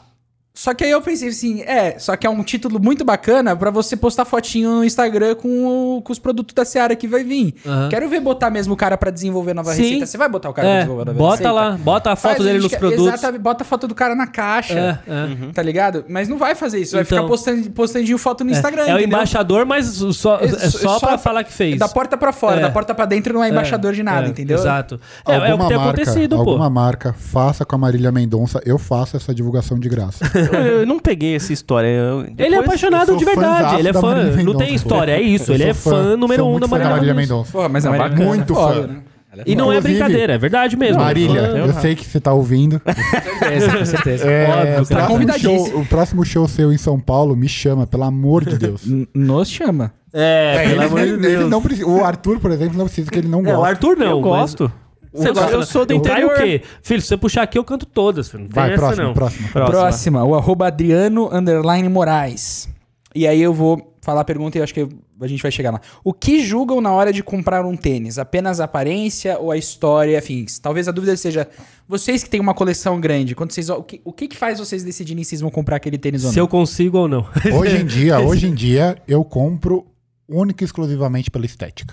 Speaker 4: só que aí eu pensei assim, é, só que é um título muito bacana pra você postar fotinho no Instagram com, o- com os produtos da Seara que vai vir.
Speaker 1: Aham.
Speaker 4: Quero ver botar mesmo o cara pra desenvolver nova
Speaker 1: Sim.
Speaker 4: receita. Você vai botar o cara pra
Speaker 1: É,
Speaker 4: desenvolver nova
Speaker 1: bota
Speaker 4: receita?
Speaker 1: lá, bota a foto
Speaker 4: Faz,
Speaker 1: dele
Speaker 4: gente,
Speaker 1: nos
Speaker 4: que-
Speaker 1: produtos.
Speaker 4: Exatamente, bota a foto do cara na caixa.
Speaker 1: É, é.
Speaker 4: Tá ligado? Mas não vai fazer isso. Vai
Speaker 1: Então.
Speaker 4: ficar postando, postandinho foto no Instagram.
Speaker 1: É o
Speaker 4: entendeu?
Speaker 1: embaixador, mas só, é
Speaker 4: É
Speaker 1: só pra falar que fez.
Speaker 4: Da porta pra fora,
Speaker 1: É.
Speaker 4: da porta pra dentro não é embaixador de nada,
Speaker 1: É,
Speaker 4: entendeu?
Speaker 1: Exato. É, é o que
Speaker 3: Alguma
Speaker 1: tem
Speaker 3: marca-
Speaker 1: acontecido,
Speaker 3: Alguma
Speaker 1: pô.
Speaker 3: marca, faça com a Marília Mendonça, eu faço essa divulgação de graça.
Speaker 2: Eu, eu não peguei essa história. eu-
Speaker 1: Ele é
Speaker 2: depois-
Speaker 1: apaixonado
Speaker 3: eu sou
Speaker 1: de verdade,
Speaker 3: fãzaço
Speaker 1: ele é
Speaker 3: da
Speaker 1: fã.
Speaker 3: Marília
Speaker 1: Não
Speaker 3: Mendonça,
Speaker 1: tem
Speaker 3: pô.
Speaker 1: história, é isso.
Speaker 3: Eu
Speaker 1: Ele
Speaker 3: sou
Speaker 1: é fã número
Speaker 3: sou
Speaker 1: um da
Speaker 3: muito fã
Speaker 1: Marília Mendonça.
Speaker 3: Mendonça.
Speaker 4: Pô, mas a
Speaker 2: Não,
Speaker 4: Marília
Speaker 2: bacana.
Speaker 4: Mendonça
Speaker 3: Muito
Speaker 4: é foda,
Speaker 3: foda.
Speaker 4: né? Ela é
Speaker 1: E não é
Speaker 3: Inclusive,
Speaker 1: brincadeira, é verdade mesmo.
Speaker 3: Marília, eu sei que você tá ouvindo.
Speaker 4: foda. que você tem.
Speaker 3: É,
Speaker 1: Óbvio,
Speaker 3: o
Speaker 1: tá
Speaker 3: próximo
Speaker 4: convidadíssimo.
Speaker 3: show- o próximo show seu em São Paulo me chama, pelo amor de Deus.
Speaker 4: N- Nos chama.
Speaker 1: É,
Speaker 3: É,
Speaker 1: pelo
Speaker 3: ele,
Speaker 1: amor de
Speaker 3: ele
Speaker 1: Deus.
Speaker 3: não precisa. O Arthur, por exemplo, não precisa que ele não
Speaker 1: É,
Speaker 3: goste.
Speaker 1: o Arthur não.
Speaker 2: Eu
Speaker 1: mas-
Speaker 2: gosto.
Speaker 1: Você
Speaker 2: Eu
Speaker 1: gosta?
Speaker 2: gosto, eu sou do
Speaker 1: Eu- Vai
Speaker 2: interior.
Speaker 1: o quê? Filho, se você puxar aqui, eu canto todas. Filho. Não tem
Speaker 3: Vai,
Speaker 1: essa,
Speaker 3: próximo,
Speaker 1: não.
Speaker 3: próximo.
Speaker 2: Próxima.
Speaker 4: Próxima, o arroba Adriano underline Moraes. E aí eu vou falar a pergunta e eu acho que a gente vai chegar lá. O que julgam na hora de comprar um tênis? Apenas a aparência ou a história, afins? Talvez a dúvida seja, vocês que têm uma coleção grande, quando vocês, o, que, o que que faz vocês decidirem se vocês vão comprar aquele tênis ou não?
Speaker 1: Se eu consigo ou não.
Speaker 3: Hoje em dia, hoje em dia, eu compro única e exclusivamente pela estética.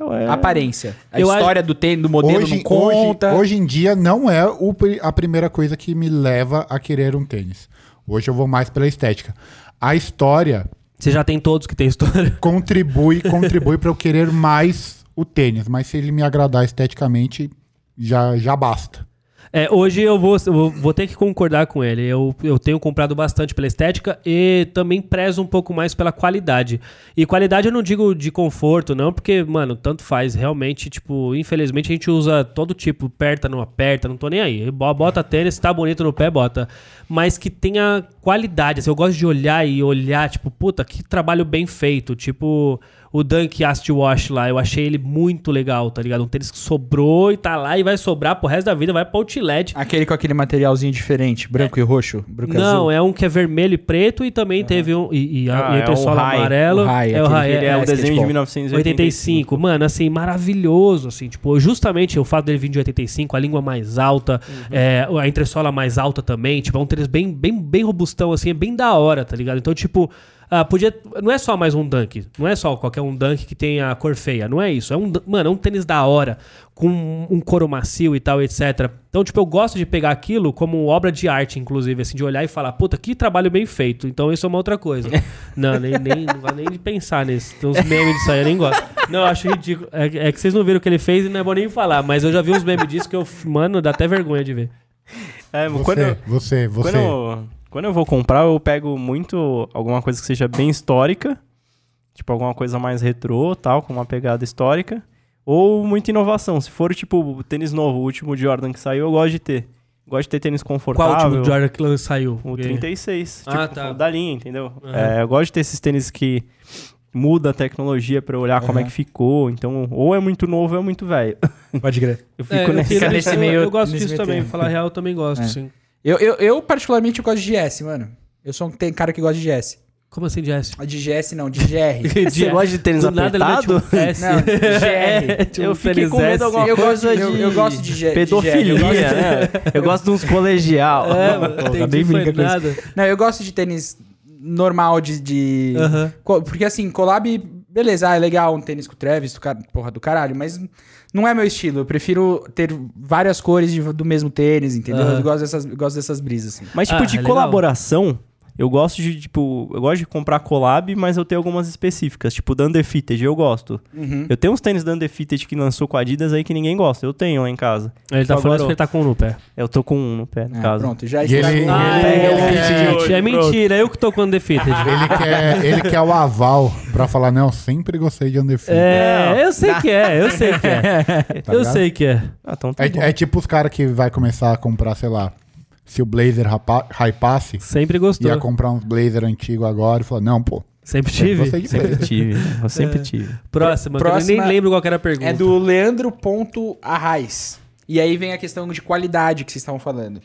Speaker 2: Ué.
Speaker 4: A Aparência. A
Speaker 1: Eu
Speaker 4: história do tênis, do modelo
Speaker 3: Hoje,
Speaker 4: não conta.
Speaker 3: hoje, hoje em dia não é o pri- a primeira coisa que me leva a querer um tênis. Hoje eu vou mais pela estética. A história
Speaker 1: Você já tem todos que tem história.
Speaker 3: contribui, contribui para eu querer mais o tênis, mas se ele me agradar esteticamente, já, já basta.
Speaker 1: É, hoje eu vou, eu vou- vou ter que concordar com ele. Eu, eu tenho comprado bastante pela estética e também prezo um pouco mais pela qualidade. E qualidade eu não digo de conforto, não, porque, mano, tanto faz. Realmente, tipo, infelizmente a gente usa todo tipo, aperta, não aperta, não tô nem aí. Bo- Bota tênis, tá bonito no pé, bota. Mas que tenha qualidade. Assim, eu gosto de olhar e olhar, tipo, puta, que trabalho bem feito. Tipo, o Dunk Ast Wash lá, eu achei ele muito legal, tá ligado? Um tênis que sobrou e tá lá e vai sobrar pro resto da vida, vai pra outlet.
Speaker 4: Aquele com aquele materialzinho diferente, branco e roxo, branco e
Speaker 1: Não,
Speaker 4: azul.
Speaker 1: é um que é vermelho e preto e também teve um. E, e, a-
Speaker 2: Ah,
Speaker 1: e
Speaker 2: é
Speaker 1: tem
Speaker 2: o
Speaker 1: solo
Speaker 2: Rai.
Speaker 1: amarelo.
Speaker 4: O Rai,
Speaker 1: é o
Speaker 4: aquele
Speaker 1: Rai,
Speaker 4: que
Speaker 1: é,
Speaker 2: Ele é,
Speaker 4: É,
Speaker 2: o desenho de
Speaker 4: skateball.
Speaker 2: 1985.
Speaker 1: 85, mano, assim, maravilhoso, assim, tipo, justamente o fato dele vir de 85, a língua mais alta,
Speaker 2: Uhum.
Speaker 1: é, a entressola mais alta também, tipo, é um tênis bem, bem, bem robustão, assim, é bem da hora, tá ligado? Então, tipo, ah, podia, não é só mais um dunk, não é só qualquer um dunk que tenha cor feia, não é isso, é um, dun- mano, é um tênis da hora, com um, um couro macio e tal, etc. Então, tipo, eu gosto de pegar aquilo como obra de arte, inclusive, assim, de olhar e falar, puta, que trabalho bem feito, então isso é uma outra coisa. não, nem, nem, não vale nem de pensar nisso, tem uns memes disso aí, eu nem gosto. Não, eu acho ridículo. É, é que vocês não viram o que ele fez e não é bom nem falar, mas eu já vi uns memes disso que eu, mano, dá até vergonha de ver.
Speaker 2: É,
Speaker 3: Você,
Speaker 2: quando, eu-
Speaker 3: você, você.
Speaker 2: Quando eu, quando eu vou comprar, eu pego muito alguma coisa que seja bem histórica, tipo alguma coisa mais retrô, tal, com uma pegada histórica, ou muita inovação. Se for tipo o tênis novo, o último Jordan que saiu, eu gosto de ter. Gosto de ter tênis
Speaker 1: Qual
Speaker 2: confortável.
Speaker 1: o último Jordan que lan- saiu?
Speaker 4: Um
Speaker 2: O 36,
Speaker 1: Ah,
Speaker 2: tipo,
Speaker 1: tá.
Speaker 2: da linha, entendeu? É, eu gosto de ter esses tênis que muda a tecnologia pra eu olhar como é que ficou, então ou é muito novo ou é muito velho.
Speaker 4: Pode crer.
Speaker 2: Eu fico
Speaker 1: É, eu,
Speaker 2: nessa.
Speaker 1: fico
Speaker 4: nesse
Speaker 1: nesse eu,
Speaker 4: meio-
Speaker 1: eu gosto
Speaker 4: nesse
Speaker 1: disso
Speaker 4: meio É.
Speaker 1: também,
Speaker 4: termo.
Speaker 1: falar a real eu também gosto, sim.
Speaker 4: Eu, eu, eu particularmente gosto de GS, mano. Eu sou um tem cara que gosta de GS.
Speaker 1: Como assim, Jess?
Speaker 4: Ah, De GS não, de GR.
Speaker 2: Você gosta de tênis
Speaker 1: Do nada ele mete um
Speaker 2: apertado?
Speaker 1: S.
Speaker 4: Não, GR.
Speaker 1: Mete um
Speaker 2: É, eu fiquei
Speaker 1: tênis
Speaker 2: com medo
Speaker 1: S.
Speaker 2: de alguma
Speaker 4: Eu
Speaker 2: coisa
Speaker 4: gosto de-
Speaker 2: de...
Speaker 4: eu gosto de ge- de
Speaker 2: Pedofilia,
Speaker 4: ge- eu gosto de-
Speaker 2: né? Eu gosto de uns colegial.
Speaker 1: É, mano, entendi,
Speaker 4: brinca
Speaker 1: foi
Speaker 4: com isso.
Speaker 1: nada.
Speaker 4: não, eu gosto de tênis normal de. de-
Speaker 1: Aham.
Speaker 4: Co- Porque assim, collab, beleza, ah, é legal um tênis com o Travis, do car- porra do caralho, mas não é meu estilo. Eu prefiro ter várias cores de- do mesmo tênis, entendeu?
Speaker 1: Aham.
Speaker 4: Eu gosto dessas, eu gosto dessas brisas, assim.
Speaker 2: Mas, tipo,
Speaker 1: Ah,
Speaker 2: de
Speaker 1: legal.
Speaker 2: colaboração, eu gosto de, tipo, eu gosto de comprar collab, mas eu tenho algumas específicas. Tipo, da Undefeated, eu gosto.
Speaker 4: Uhum.
Speaker 2: Eu tenho uns tênis da Undefeated que lançou com a Adidas aí que ninguém gosta. Eu tenho lá em casa.
Speaker 1: Ele tá
Speaker 2: Só
Speaker 1: falando
Speaker 2: agora
Speaker 1: que ele tá com um no pé.
Speaker 2: Eu tô com um no pé, no
Speaker 4: É,
Speaker 2: caso.
Speaker 4: pronto, já
Speaker 3: E ele-
Speaker 4: estragou.
Speaker 3: Ah,
Speaker 4: Pega
Speaker 3: é,
Speaker 4: o
Speaker 3: ele-
Speaker 4: fit.
Speaker 3: é,
Speaker 1: é mentira, eu que tô com defeated.
Speaker 3: Ele quer, ele quer o aval pra falar, não, eu sempre gostei de Undefeated.
Speaker 1: É, eu sei que é, eu sei que é.
Speaker 3: tá
Speaker 1: eu
Speaker 3: ligado?
Speaker 1: sei que é.
Speaker 2: Ah, então tá bom.
Speaker 3: É, é tipo os caras que vai começar a comprar, sei lá, se o Blazer rapa- hypasse,
Speaker 1: Sempre gostou.
Speaker 3: ia comprar uns Blazer antigo agora e falar, não, pô,
Speaker 1: Sempre
Speaker 3: sempre
Speaker 1: tive.
Speaker 3: É, gostei de
Speaker 2: Sempre
Speaker 3: Blazer.
Speaker 2: tive. Eu sempre tive.
Speaker 1: Próxima, que eu
Speaker 4: Próxima
Speaker 1: nem lembro qual que era a pergunta.
Speaker 4: É do Leandro.arrais. E aí vem a questão de qualidade que vocês estavam falando.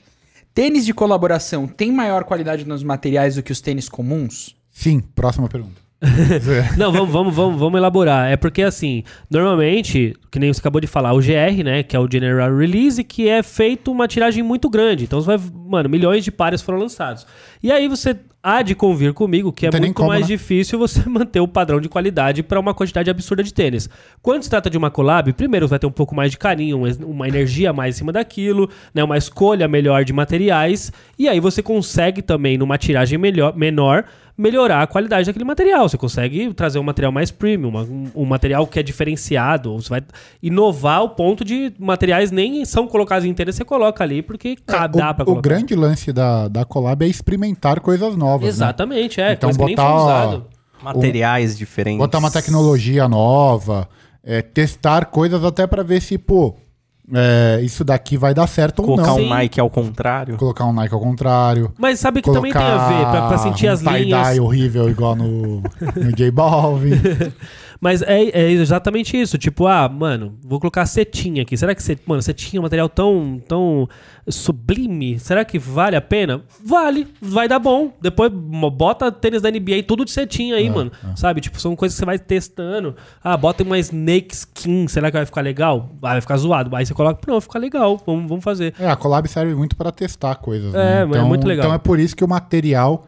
Speaker 4: Tênis de colaboração tem maior qualidade nos materiais do que os tênis comuns?
Speaker 3: Sim, próxima pergunta.
Speaker 1: Não, vamos, vamos, vamos, vamos elaborar. É porque, assim, normalmente, que nem você acabou de falar, o GR, né, que é o General Release, que é feito uma tiragem muito grande. Então, você vai, mano, milhões de pares foram lançados. E aí você há de convir comigo que
Speaker 3: Não
Speaker 1: é
Speaker 3: tem nem
Speaker 1: muito
Speaker 3: como,
Speaker 1: mais
Speaker 3: né?
Speaker 1: difícil você manter o padrão de qualidade para uma quantidade absurda de tênis. Quando se trata de uma collab, primeiro vai ter um pouco mais de carinho, uma- uma energia a mais em cima daquilo, né, uma escolha melhor de materiais, e aí você consegue também numa tiragem melhor, menor melhorar a qualidade daquele material. Você consegue trazer um material mais premium, uma- um, um material que é diferenciado, ou você vai inovar ao ponto de materiais nem são colocados em tênis, você coloca ali porque ca- Tá, dá pra
Speaker 3: É, o, o
Speaker 1: colocar.
Speaker 3: grande lance da, da collab é experimentar coisas novas. né?
Speaker 1: Exatamente, é,
Speaker 3: Então
Speaker 1: coisa que nem foi
Speaker 3: botar-
Speaker 1: usado.
Speaker 2: Materiais diferentes.
Speaker 3: Botar uma tecnologia nova, é, testar coisas até pra ver se, pô, é, isso daqui vai dar certo ou
Speaker 2: Colocar
Speaker 3: não.
Speaker 2: um
Speaker 1: Sim.
Speaker 2: Nike ao contrário.
Speaker 3: Colocar um Nike ao contrário.
Speaker 1: Mas sabe que também tem a
Speaker 3: colocar
Speaker 1: ver, pra, pra sentir
Speaker 3: um
Speaker 1: as
Speaker 3: tie-dye
Speaker 1: linhas.
Speaker 3: horrível igual no, no J Balvin.
Speaker 1: Mas é, é exatamente isso. Tipo, ah, mano, vou colocar setinha aqui. Será que set, mano, setinha é um material tão, tão sublime? Será que vale a pena? Vale, vai dar bom. Depois mo- bota tênis da NBA tudo de setinha
Speaker 3: Ah,
Speaker 1: aí, mano. Sabe? Tipo, são coisas que você vai testando. Ah, bota uma snake skin. Será que vai ficar legal? Ah, vai ficar zoado. Aí você coloca, não, vai ficar legal. Vamos, vamos fazer.
Speaker 3: É, a collab serve muito pra testar coisas.
Speaker 1: É,
Speaker 3: né?
Speaker 1: mas é muito legal.
Speaker 3: Então é por isso que o material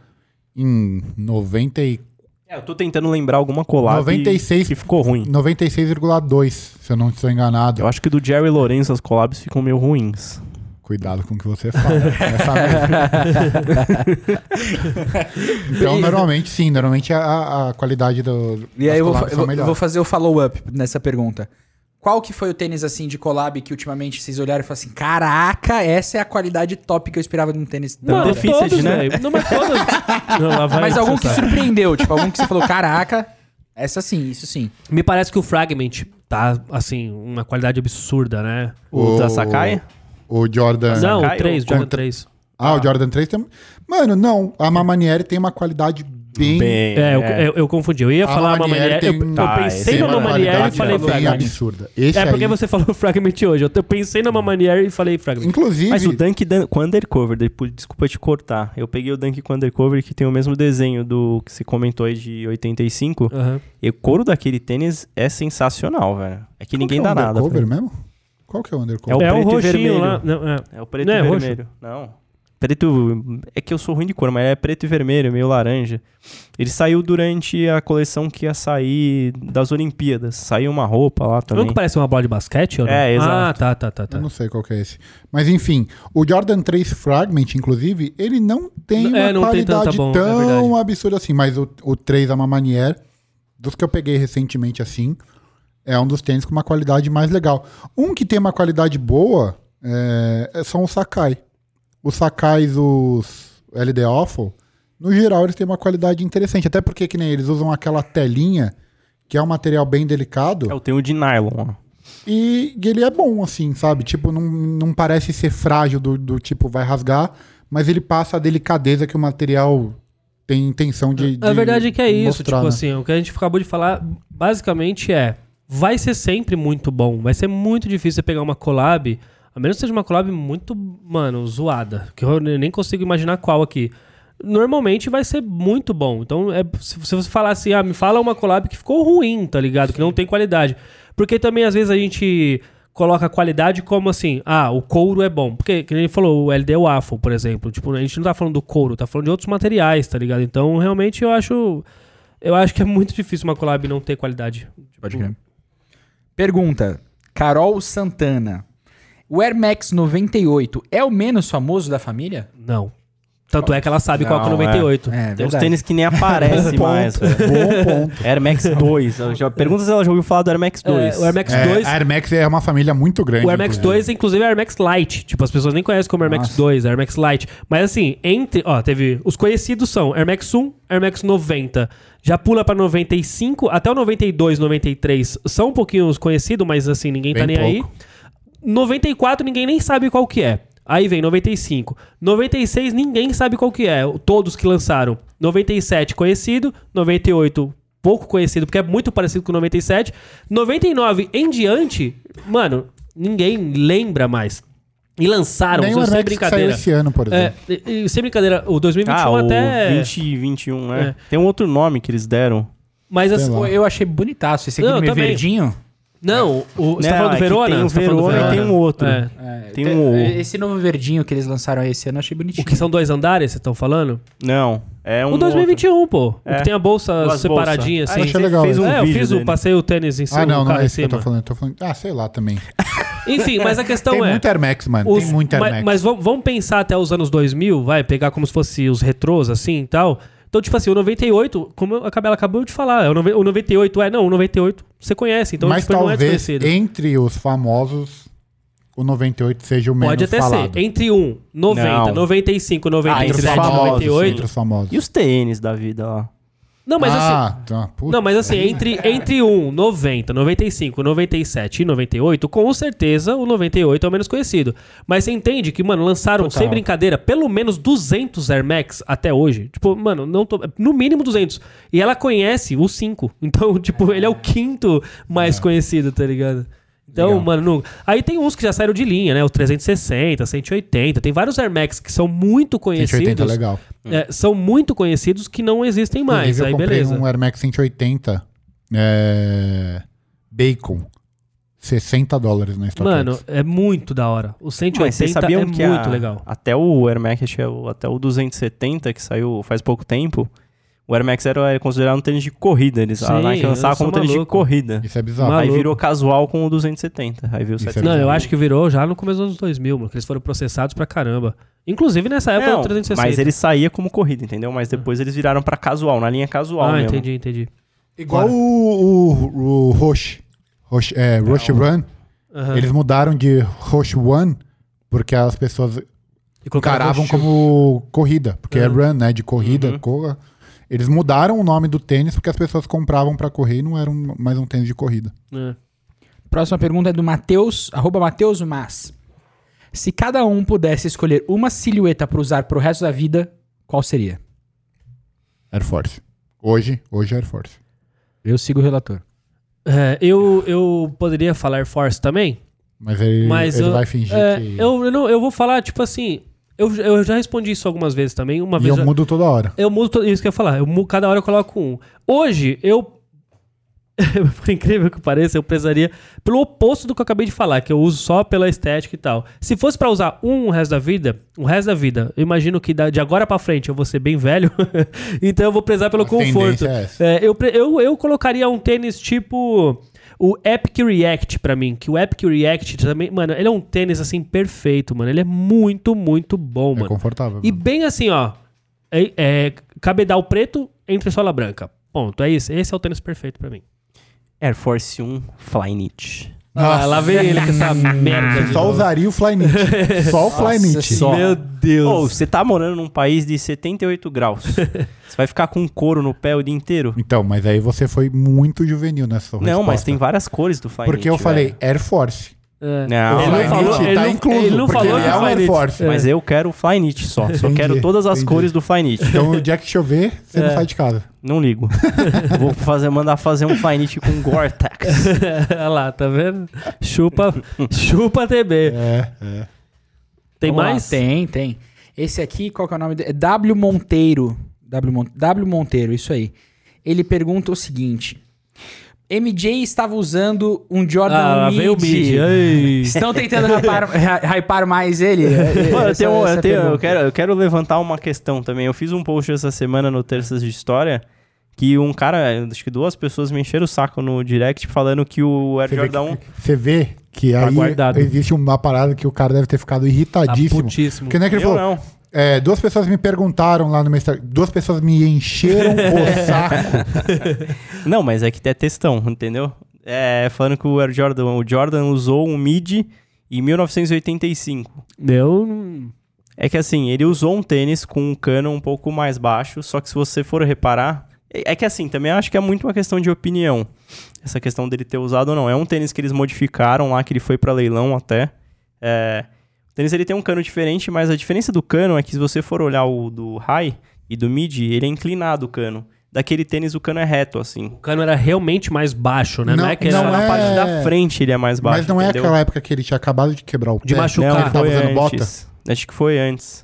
Speaker 3: em 90 e-
Speaker 2: É, eu tô tentando lembrar alguma collab
Speaker 3: 96
Speaker 2: que ficou ruim.
Speaker 3: 96,2, se eu não estou enganado.
Speaker 2: Eu acho que do Jerry Lourenço as collabs ficam meio ruins.
Speaker 3: Cuidado com o que você fala. né? Essa mesma. então, normalmente, sim. Normalmente a- a, a qualidade do.
Speaker 4: E aí
Speaker 3: das
Speaker 4: eu vou,
Speaker 3: collabs
Speaker 4: fa- eu
Speaker 3: são
Speaker 4: vou- eu
Speaker 3: melhores.
Speaker 4: vou fazer o follow-up nessa pergunta. Qual que foi o tênis assim de collab que ultimamente vocês olharam e falaram assim: caraca, essa é a qualidade top que eu esperava de um tênis da
Speaker 1: Mano,
Speaker 4: hora"?
Speaker 2: Deficit,
Speaker 1: todos,
Speaker 2: né?
Speaker 1: velho. Não, mas todos. Não, lá vai
Speaker 4: Mas algum que
Speaker 1: processar.
Speaker 4: surpreendeu, tipo, algum que você falou, caraca, essa sim, isso sim.
Speaker 1: Me parece que o Fragment tá, assim, uma qualidade absurda, né?
Speaker 2: O,
Speaker 3: O-
Speaker 2: da Sakai?
Speaker 3: O Jordan.
Speaker 1: Não, o
Speaker 2: Sakai
Speaker 1: 3,
Speaker 2: ou
Speaker 1: Jordan
Speaker 3: contra-
Speaker 1: 3.
Speaker 3: Ah, o Jordan 3 tem. Mano, não. A Mamanieri tem uma qualidade bem.
Speaker 1: É, eu, eu- eu confundi. Eu ia
Speaker 3: A
Speaker 1: falar uma
Speaker 3: Mamanieri
Speaker 1: maneira.
Speaker 3: tem-
Speaker 1: Eu, eu
Speaker 2: Tá,
Speaker 1: pensei
Speaker 2: esse
Speaker 1: na
Speaker 2: é uma
Speaker 1: Mamanieri e
Speaker 3: qualidade
Speaker 1: falei
Speaker 3: bem
Speaker 1: Fragment.
Speaker 3: absurda. Esse
Speaker 1: É porque
Speaker 3: aí-
Speaker 1: você falou Fragment hoje. Eu te- pensei na Mamanieri e falei Fragment.
Speaker 3: Inclusive.
Speaker 2: Mas o Dunk Dan- com Undercover, depois, desculpa te cortar. Eu peguei o Dunk com Undercover que tem o mesmo desenho do que você comentou aí de 85.
Speaker 1: Aham.
Speaker 2: E o couro daquele tênis é sensacional, velho. É que
Speaker 3: Qual
Speaker 2: ninguém
Speaker 3: que é
Speaker 2: dá
Speaker 3: o
Speaker 2: nada.
Speaker 3: Undercover
Speaker 2: pra-
Speaker 3: mesmo? Qual que é o
Speaker 2: É
Speaker 3: Undercover?
Speaker 2: o
Speaker 1: É o
Speaker 2: preto e
Speaker 1: roxinho
Speaker 2: vermelho.
Speaker 1: lá. não, é.
Speaker 2: É o preto
Speaker 1: Não
Speaker 2: e
Speaker 1: é roxo?
Speaker 2: vermelho. Não. Preto. É que eu sou ruim de cor, mas é preto e vermelho, meio laranja. Ele saiu durante a coleção que ia sair das Olimpíadas. Saiu uma roupa lá
Speaker 1: Não é
Speaker 2: também.
Speaker 1: o que parece uma bola de basquete? Ou não?
Speaker 2: É, exato.
Speaker 1: Ah, tá, tá, tá. tá.
Speaker 3: Eu não sei qual que é esse. Mas enfim, o Jordan 3 Fragment, inclusive, ele não
Speaker 1: É,
Speaker 3: tem uma
Speaker 1: não tem
Speaker 3: qualidade
Speaker 1: tanta bom, é
Speaker 3: tão
Speaker 1: verdade.
Speaker 3: absurda assim. Mas o, o 3 da Mamanier, dos que eu peguei recentemente assim, é um dos tênis com uma qualidade mais legal. Um que tem uma qualidade boa é, é- são os Sakai. Os Sakais, os LD Awful, no geral eles têm uma qualidade interessante. Até porque, que nem eles usam aquela telinha, que é um material bem delicado.
Speaker 2: É, Eu tenho o de nylon, ó.
Speaker 3: E ele é bom, assim, sabe? Tipo, não, não parece ser frágil do, do tipo vai rasgar, mas ele passa a delicadeza que o material tem intenção de.
Speaker 1: A
Speaker 3: de
Speaker 1: verdade é que é isso,
Speaker 3: mostrar,
Speaker 1: tipo
Speaker 3: né?
Speaker 1: assim, o que a gente acabou de falar basicamente é vai ser sempre muito bom, vai ser muito difícil você pegar uma collab A menos que seja uma collab muito, mano, zoada. Que eu nem consigo imaginar qual aqui. Normalmente vai ser muito bom. Então, é, se, se você falar assim, ah, me fala uma collab que ficou ruim, tá ligado? Que não tem qualidade. Porque também, às vezes, a gente coloca qualidade como assim, ah, o couro é bom. Porque, que nem ele falou, o LD Waffle, por exemplo. Tipo, a gente não tá falando do couro, tá falando de outros materiais, tá ligado? Então, realmente, eu acho... Eu acho que é muito difícil uma collab não ter qualidade.
Speaker 4: Tipo, Pode crer. Pergunta. Carol Santana. O Air Max 98 é o menos famoso da família?
Speaker 1: Não. Tanto é que ela sabe qual que é o
Speaker 2: Não, é.
Speaker 1: 98.
Speaker 4: É,
Speaker 2: Tem uns
Speaker 4: verdade.
Speaker 2: tênis que nem aparecem mais. velho.
Speaker 3: Bom ponto.
Speaker 2: Air Max 2. ela já- Pergunta se ela já ouviu falar do Air Max 2.
Speaker 1: É, o Air Max
Speaker 3: É,
Speaker 1: 2...
Speaker 3: a Air Max é uma família muito grande.
Speaker 1: O Air Max
Speaker 3: inclusive.
Speaker 1: 2, inclusive, é Air Max Lite. Tipo, as pessoas nem conhecem como Air Max
Speaker 4: Nossa.
Speaker 1: 2, Air Max Lite. Mas assim, entre. Ó, teve. Os conhecidos são Air Max 1, Air Max 90. Já pula pra 95, até o 92, 93 são um pouquinho os conhecidos, mas assim, ninguém tá
Speaker 3: Bem
Speaker 1: nem aí.
Speaker 3: pouco.
Speaker 1: 94, ninguém nem sabe qual que é. Aí vem 95. 96, ninguém sabe qual que é. Todos que lançaram. 97, conhecido. 98, pouco conhecido, porque é muito parecido com 97. 99 em diante, mano, ninguém lembra mais. E lançaram,
Speaker 3: Nem
Speaker 1: sem
Speaker 3: o Air Max que saiu
Speaker 1: brincadeira.
Speaker 3: esse ano, por
Speaker 1: É,
Speaker 3: exemplo.
Speaker 1: e- e sem brincadeira, o 2021
Speaker 2: Ah, o
Speaker 1: até.
Speaker 2: 2021, né?
Speaker 1: É.
Speaker 2: Tem um outro nome que eles deram.
Speaker 1: Mas assim,
Speaker 3: lá.
Speaker 4: Pô, Eu achei bonitaço. Esse aqui
Speaker 1: Não, eu
Speaker 4: meio
Speaker 1: também.
Speaker 4: verdinho.
Speaker 1: Não, o, você tá
Speaker 2: Não,
Speaker 1: falando do
Speaker 2: é que
Speaker 1: Verona?
Speaker 2: tem o
Speaker 1: Você tá falando do
Speaker 2: Verona e tem um outro.
Speaker 1: É.
Speaker 2: Tem um-
Speaker 4: Esse novo verdinho que eles lançaram aí esse ano eu achei
Speaker 1: O
Speaker 4: bonitinho.
Speaker 1: que são dois andares, vocês estão falando?
Speaker 2: Não, é um
Speaker 1: o 2021, pô. O
Speaker 2: É.
Speaker 1: que tem a bolsa
Speaker 2: Duas
Speaker 1: separadinha,
Speaker 2: bolsas.
Speaker 1: assim.
Speaker 2: Ah,
Speaker 3: Achei
Speaker 2: você
Speaker 3: legal
Speaker 2: fez
Speaker 3: isso.
Speaker 2: um
Speaker 1: é, eu
Speaker 2: vídeo
Speaker 1: fiz o
Speaker 2: dele.
Speaker 1: passei o tênis em cima,
Speaker 3: Ah, não,
Speaker 1: o
Speaker 3: não
Speaker 1: um carro
Speaker 3: é
Speaker 1: em
Speaker 3: isso que eu
Speaker 1: cima.
Speaker 3: tô falando. Eu tô falando. Ah, sei lá também.
Speaker 1: Enfim, mas a questão
Speaker 3: Tem
Speaker 1: é.
Speaker 3: muito Air Max, mano.
Speaker 1: os-
Speaker 3: Tem muito Air
Speaker 1: ma-
Speaker 3: Max.
Speaker 1: mas vamos, vamos pensar até os anos 2000, vai, pegar como se fosse os retrôs, assim e tal. Então, tipo assim, o 98, como eu acabei- ela acabou de falar, é o nove- o 98 é, não, o 98 você conhece, então
Speaker 3: Mas
Speaker 1: tipo,
Speaker 3: talvez entre os famosos, o 98 seja o menos
Speaker 1: Pode até
Speaker 3: falado. Ah,
Speaker 1: ser. Entre 1, 90,
Speaker 2: Não.
Speaker 1: 95,
Speaker 2: entre os
Speaker 1: 97,
Speaker 2: famosos,
Speaker 1: 98.
Speaker 3: Entre os famosos.
Speaker 2: E os tênis da vida lá?
Speaker 1: Não, mas assim,
Speaker 3: ah, tá. Putz.
Speaker 1: Não, mas assim, entre, entre 1, 90, 95, 97 e 98, com certeza o 98 é o menos conhecido. Mas você entende que, mano, lançaram, sem brincadeira, pelo menos 200 Air Max até hoje. Tipo, mano, não tô, no mínimo 200. E ela conhece os 5. Então, tipo, ele é o quinto mais
Speaker 3: É.
Speaker 1: conhecido, tá ligado? Então, mano, não- aí tem uns que já saíram de linha, né? O 360, 180, tem vários Air Max que são muito
Speaker 3: 180 é
Speaker 1: conhecidos.
Speaker 3: legal.
Speaker 1: é, são muito conhecidos que não existem mais.
Speaker 3: Inclusive,
Speaker 1: Aí
Speaker 3: eu comprei
Speaker 1: beleza.
Speaker 3: um Air Max 180 é, Bacon. 60 dólares na Stock
Speaker 1: Mano, é muito da hora. O 180
Speaker 2: Tá Mas vocês
Speaker 1: é
Speaker 2: sabiam que a-
Speaker 1: muito legal.
Speaker 2: até o Air Max, acho que é o- até o 270, que saiu faz pouco tempo, o Air Max era considerado um tênis de corrida. Eles, a
Speaker 1: Sim,
Speaker 2: Nike
Speaker 1: eu
Speaker 2: lançava
Speaker 1: sou
Speaker 2: como tênis de
Speaker 1: maluco.
Speaker 2: corrida.
Speaker 3: Isso é bizarro.
Speaker 1: Maluco.
Speaker 2: Aí virou casual com o 270. Aí viu o
Speaker 3: Isso é
Speaker 2: 700.
Speaker 1: Não, eu acho que virou já no começo dos anos 2000, mano, que eles foram processados pra caramba. Inclusive nessa
Speaker 3: É,
Speaker 1: época
Speaker 2: Não,
Speaker 1: do 360.
Speaker 2: mas ele saía como corrida, entendeu? Mas
Speaker 3: Ah.
Speaker 2: depois eles viraram pra casual, na linha casual
Speaker 1: Ah,
Speaker 2: mesmo.
Speaker 1: entendi, entendi.
Speaker 3: Igual o, o, o Roche. Roche, é, Roche Run.
Speaker 1: Aham.
Speaker 3: Eles mudaram de Roche One porque as pessoas
Speaker 1: E colocaram
Speaker 3: encaravam
Speaker 1: Roche.
Speaker 3: como corrida. Porque é
Speaker 1: Uhum.
Speaker 3: run, né? De corrida. corra. Eles mudaram o nome do tênis porque as pessoas compravam pra correr e não era um- mais um tênis de corrida.
Speaker 1: É.
Speaker 4: Próxima pergunta é do Matheus, arroba Matheus Mas. Se cada um pudesse escolher uma silhueta pra usar pro resto da vida, qual seria?
Speaker 3: Air Force. Hoje, hoje é Air Force.
Speaker 4: Eu sigo o relator.
Speaker 1: É, eu, eu poderia falar Air Force também,
Speaker 3: Mas ele,
Speaker 1: mas
Speaker 3: ele
Speaker 1: eu,
Speaker 3: vai fingir
Speaker 1: é,
Speaker 3: que.
Speaker 1: eu, eu não, eu vou falar, tipo assim, eu, eu já respondi isso algumas vezes também. Uma
Speaker 3: e é
Speaker 1: vez
Speaker 3: eu
Speaker 1: já-
Speaker 3: mudo toda hora.
Speaker 1: Eu mudo tudo isso que eu ia falar. Eu mu- cada hora eu coloco um. Hoje, eu. Por incrível que pareça, eu precisaria pelo oposto do que eu acabei de falar, que eu uso só pela estética e tal. Se fosse pra usar um o resto da vida, o resto da vida, eu imagino que da- de agora pra frente eu vou ser bem velho, então eu vou prezar pelo
Speaker 3: A
Speaker 1: conforto.
Speaker 3: tendência é essa.
Speaker 1: É, eu, pre- eu, eu colocaria um tênis tipo o Epic React pra mim, que o Epic React também, mano, ele é um tênis assim perfeito, mano. Ele é muito, muito bom,
Speaker 3: É
Speaker 1: mano.
Speaker 3: confortável.
Speaker 1: E
Speaker 3: mano.
Speaker 1: bem assim, ó. É, é, cabedal preto entre sola branca. Ponto. É isso. Esse é o tênis perfeito pra mim.
Speaker 2: Air Force 1 Flyknit.
Speaker 1: Ah, lá vem ele com essa merda. de
Speaker 3: Só
Speaker 1: novo.
Speaker 3: usaria o Flyknit. só o Flyknit.
Speaker 4: só.
Speaker 1: Meu Deus.
Speaker 2: Ô, você tá morando num país de 78 graus. você vai ficar com um couro no pé o dia inteiro?
Speaker 3: Então, mas aí você foi muito juvenil nessa sua
Speaker 2: Não, mas
Speaker 3: resposta.
Speaker 2: tem várias cores do Flyknit.
Speaker 3: Porque eu
Speaker 2: velho.
Speaker 3: falei Air Force.
Speaker 1: É.
Speaker 2: Não,
Speaker 1: ele
Speaker 2: o
Speaker 1: não
Speaker 2: Flyknit
Speaker 1: falou, ele
Speaker 3: tá
Speaker 1: não-
Speaker 3: incluso,
Speaker 1: ele não
Speaker 3: porque
Speaker 1: falou
Speaker 3: ele
Speaker 1: que
Speaker 3: é um Air
Speaker 1: Flyknit-
Speaker 3: Force.
Speaker 1: é.
Speaker 2: Mas eu quero o Flyknit só. Só
Speaker 3: Entendi,
Speaker 2: quero todas as
Speaker 3: entendi.
Speaker 2: cores do Flyknit.
Speaker 3: Então, o dia que chover, você não
Speaker 1: É.
Speaker 3: sai de casa.
Speaker 2: Não ligo. Vou fazer, mandar fazer um Flyknit com Gore-Tex.
Speaker 1: Olha lá, tá vendo? Chupa, chupa TB.
Speaker 3: É, é.
Speaker 1: Tem
Speaker 4: Vamos lá.
Speaker 1: mais?
Speaker 4: Tem, tem. Esse aqui, qual que é o nome dele? É W Monteiro. W, Mon- w Monteiro, isso aí. Ele pergunta o seguinte. MJ estava usando um Jordan
Speaker 1: Ah, lá
Speaker 4: Mid.
Speaker 1: veio o mid. Ai.
Speaker 4: Estão tentando hypar, hy- hypar mais ele?
Speaker 2: Mano, eu,
Speaker 4: Essa-
Speaker 2: tenho- um, eu
Speaker 4: essa
Speaker 2: tenho- eu
Speaker 4: pergunta.
Speaker 2: quero, eu quero levantar uma questão também. Eu fiz um post essa semana no Terças de História que um cara, acho que duas pessoas me encheram o saco no direct falando que o Air
Speaker 3: Você vê
Speaker 2: Jordan 1
Speaker 3: que, você vê que
Speaker 1: Tá
Speaker 3: aí
Speaker 1: guardado.
Speaker 3: existe uma parada que o cara deve ter ficado
Speaker 1: Tá
Speaker 3: irritadíssimo.
Speaker 1: putíssimo.
Speaker 3: Porque não é que ele
Speaker 2: Eu
Speaker 3: falou,
Speaker 2: não.
Speaker 3: É, duas pessoas me perguntaram lá no meu Instagram. Duas pessoas me encheram o saco.
Speaker 2: Não, mas é que é textão, entendeu? É, falando que o Air Jordan, o Jordan usou um mid em 1985.
Speaker 1: Eu não-
Speaker 2: É que assim, ele usou um tênis com um cano um pouco mais baixo, só que se você for reparar. É é que assim, também acho que é muito uma questão de opinião. Essa questão dele ter usado ou não. É um tênis que eles modificaram lá, que ele foi pra leilão até. É, o tênis ele tem um cano diferente, mas a diferença do cano é que se você for olhar o do high e do mid, ele é inclinado o cano. Daquele tênis o cano é reto, assim.
Speaker 1: O cano era realmente mais baixo, né? Não,
Speaker 3: Não,
Speaker 1: é que
Speaker 3: não
Speaker 1: era
Speaker 2: Na
Speaker 3: é-
Speaker 2: parte da frente ele é mais baixo.
Speaker 3: Mas não é
Speaker 2: entendeu?
Speaker 3: aquela época que ele tinha acabado de quebrar o pé.
Speaker 1: De machucar.
Speaker 2: Não,
Speaker 1: cara
Speaker 3: que
Speaker 2: ele
Speaker 3: ele tava
Speaker 2: foi
Speaker 3: usando
Speaker 2: antes.
Speaker 3: bota.
Speaker 2: Acho que foi antes.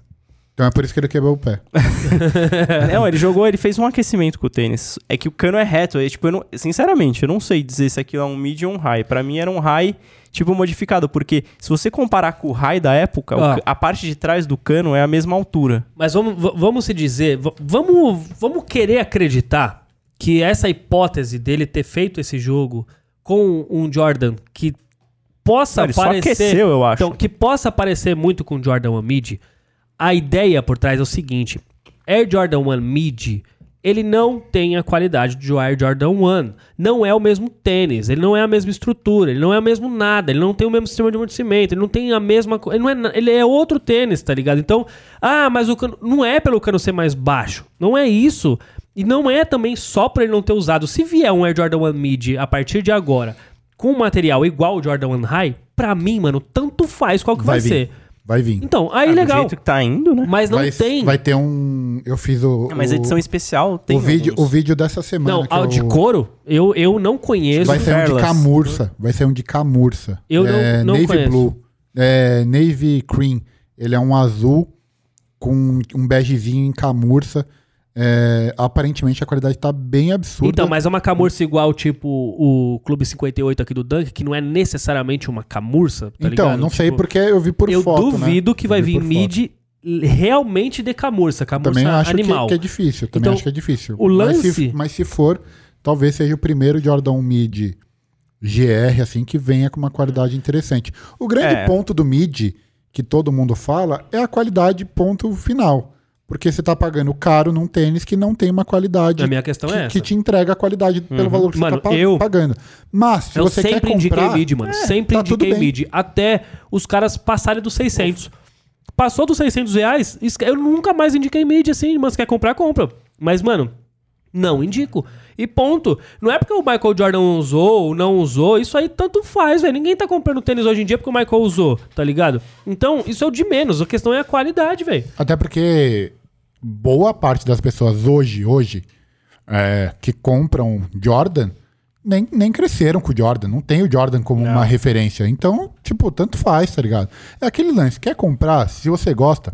Speaker 3: Então é por isso que ele quebrou o pé.
Speaker 2: não, ele jogou, ele fez um aquecimento com o tênis. É que o cano é reto. É, tipo, eu não- sinceramente, eu não sei dizer se aquilo é um mid ou um high. Pra mim era um high, tipo, modificado. Porque se você comparar com o high da época, o
Speaker 1: Ah.
Speaker 2: ca- a parte de trás do cano é a mesma altura.
Speaker 1: Mas vamos, v- vamos se dizer, v- vamos, vamos querer acreditar que essa hipótese dele ter feito esse jogo com um Jordan que possa
Speaker 2: Não, ele só
Speaker 1: parecer.
Speaker 2: aqueceu, eu acho.
Speaker 1: Então, que possa parecer muito com o Jordan 1 Mid, a ideia por trás é o seguinte: Air Jordan 1 Mid, ele não tem a qualidade do Air Jordan 1. Não é o mesmo tênis, ele não é a mesma estrutura, ele não é o mesmo nada, ele não tem o mesmo sistema de amortecimento, ele não tem a mesma. co- Ele, não é, na- ele é outro tênis, tá ligado? Então, ah, mas o cano. Não é pelo cano ser mais baixo. Não é isso. E não é também só por ele não ter usado. Se vier um Air Jordan 1 Mid a partir de agora com um material igual o Jordan 1 High, pra mim, mano, tanto faz qual que vai,
Speaker 3: Vai vir.
Speaker 1: ser.
Speaker 3: Vai vir.
Speaker 1: Então, aí
Speaker 2: Ah,
Speaker 1: legal.
Speaker 2: Do jeito que tá indo, né?
Speaker 1: Mas não
Speaker 3: vai,
Speaker 1: tem.
Speaker 3: Vai ter um. Eu fiz o.
Speaker 2: É, Mas
Speaker 3: o,
Speaker 2: edição especial tem
Speaker 3: o vídeo, o
Speaker 2: alguns.
Speaker 3: vídeo dessa semana.
Speaker 1: não,
Speaker 3: que
Speaker 1: ah,
Speaker 3: eu-
Speaker 1: de couro, eu, eu não conheço.
Speaker 3: Vai ser um de
Speaker 2: Fairless.
Speaker 3: camurça. Vai ser um de camurça.
Speaker 1: Eu não-
Speaker 3: é,
Speaker 1: não
Speaker 3: Navy
Speaker 1: conheço.
Speaker 3: Blue. É, Navy Cream. Ele é um azul com um begezinho em camurça. É, aparentemente a qualidade tá bem absurda.
Speaker 1: Então, mas é uma camurça igual, tipo, o Clube 58 aqui do Dunk, que não é necessariamente uma camurça, tá
Speaker 3: então,
Speaker 1: ligado?
Speaker 3: não sei
Speaker 1: Tipo,
Speaker 3: porque eu vi por
Speaker 1: Eu
Speaker 3: foto. né?
Speaker 1: duvido que vai
Speaker 3: Eu vi
Speaker 1: vir
Speaker 3: por
Speaker 1: mid realmente de camurça, camurça
Speaker 3: Também acho que,
Speaker 1: animal.
Speaker 3: que é difícil. Também
Speaker 1: Então,
Speaker 3: acho que é difícil.
Speaker 1: o
Speaker 3: Mas se,
Speaker 1: lance-
Speaker 3: mas se for, talvez seja o primeiro Jordan 1 Mid GR, assim, que venha com uma qualidade interessante. O grande
Speaker 2: É.
Speaker 3: ponto do Mid, que todo mundo fala, é a qualidade ponto final. Porque você tá pagando caro num tênis que não tem uma qualidade
Speaker 1: A minha questão
Speaker 3: que,
Speaker 1: é
Speaker 3: que
Speaker 1: essa. Uhum.
Speaker 3: te entrega a qualidade pelo valor que
Speaker 1: Mano,
Speaker 3: você tá pa-
Speaker 1: eu-
Speaker 3: pagando. Mas, se
Speaker 1: eu
Speaker 3: você quer
Speaker 1: sempre indiquei
Speaker 3: comprar...
Speaker 1: mid, mano. sempre
Speaker 3: tá tudo
Speaker 1: indiquei
Speaker 3: bem.
Speaker 1: mid. Até os caras passarem dos 600. Passou dos 600 reais, esque- eu nunca mais indiquei mid assim, mas quer comprar, compra. Mas, mano, não indico. E ponto. Não é porque o Michael Jordan usou ou não usou, isso aí tanto faz, velho. Ninguém tá comprando tênis hoje em dia porque o Michael usou, tá ligado? Então, isso é o de menos. A questão é a qualidade, velho.
Speaker 3: Até porque boa parte das pessoas hoje, hoje, é, que compram Jordan, nem, nem cresceram com o Jordan. Não tem o Jordan como uma referência. Então, tipo, tanto faz, tá ligado? É aquele lance. Quer comprar, se você gosta,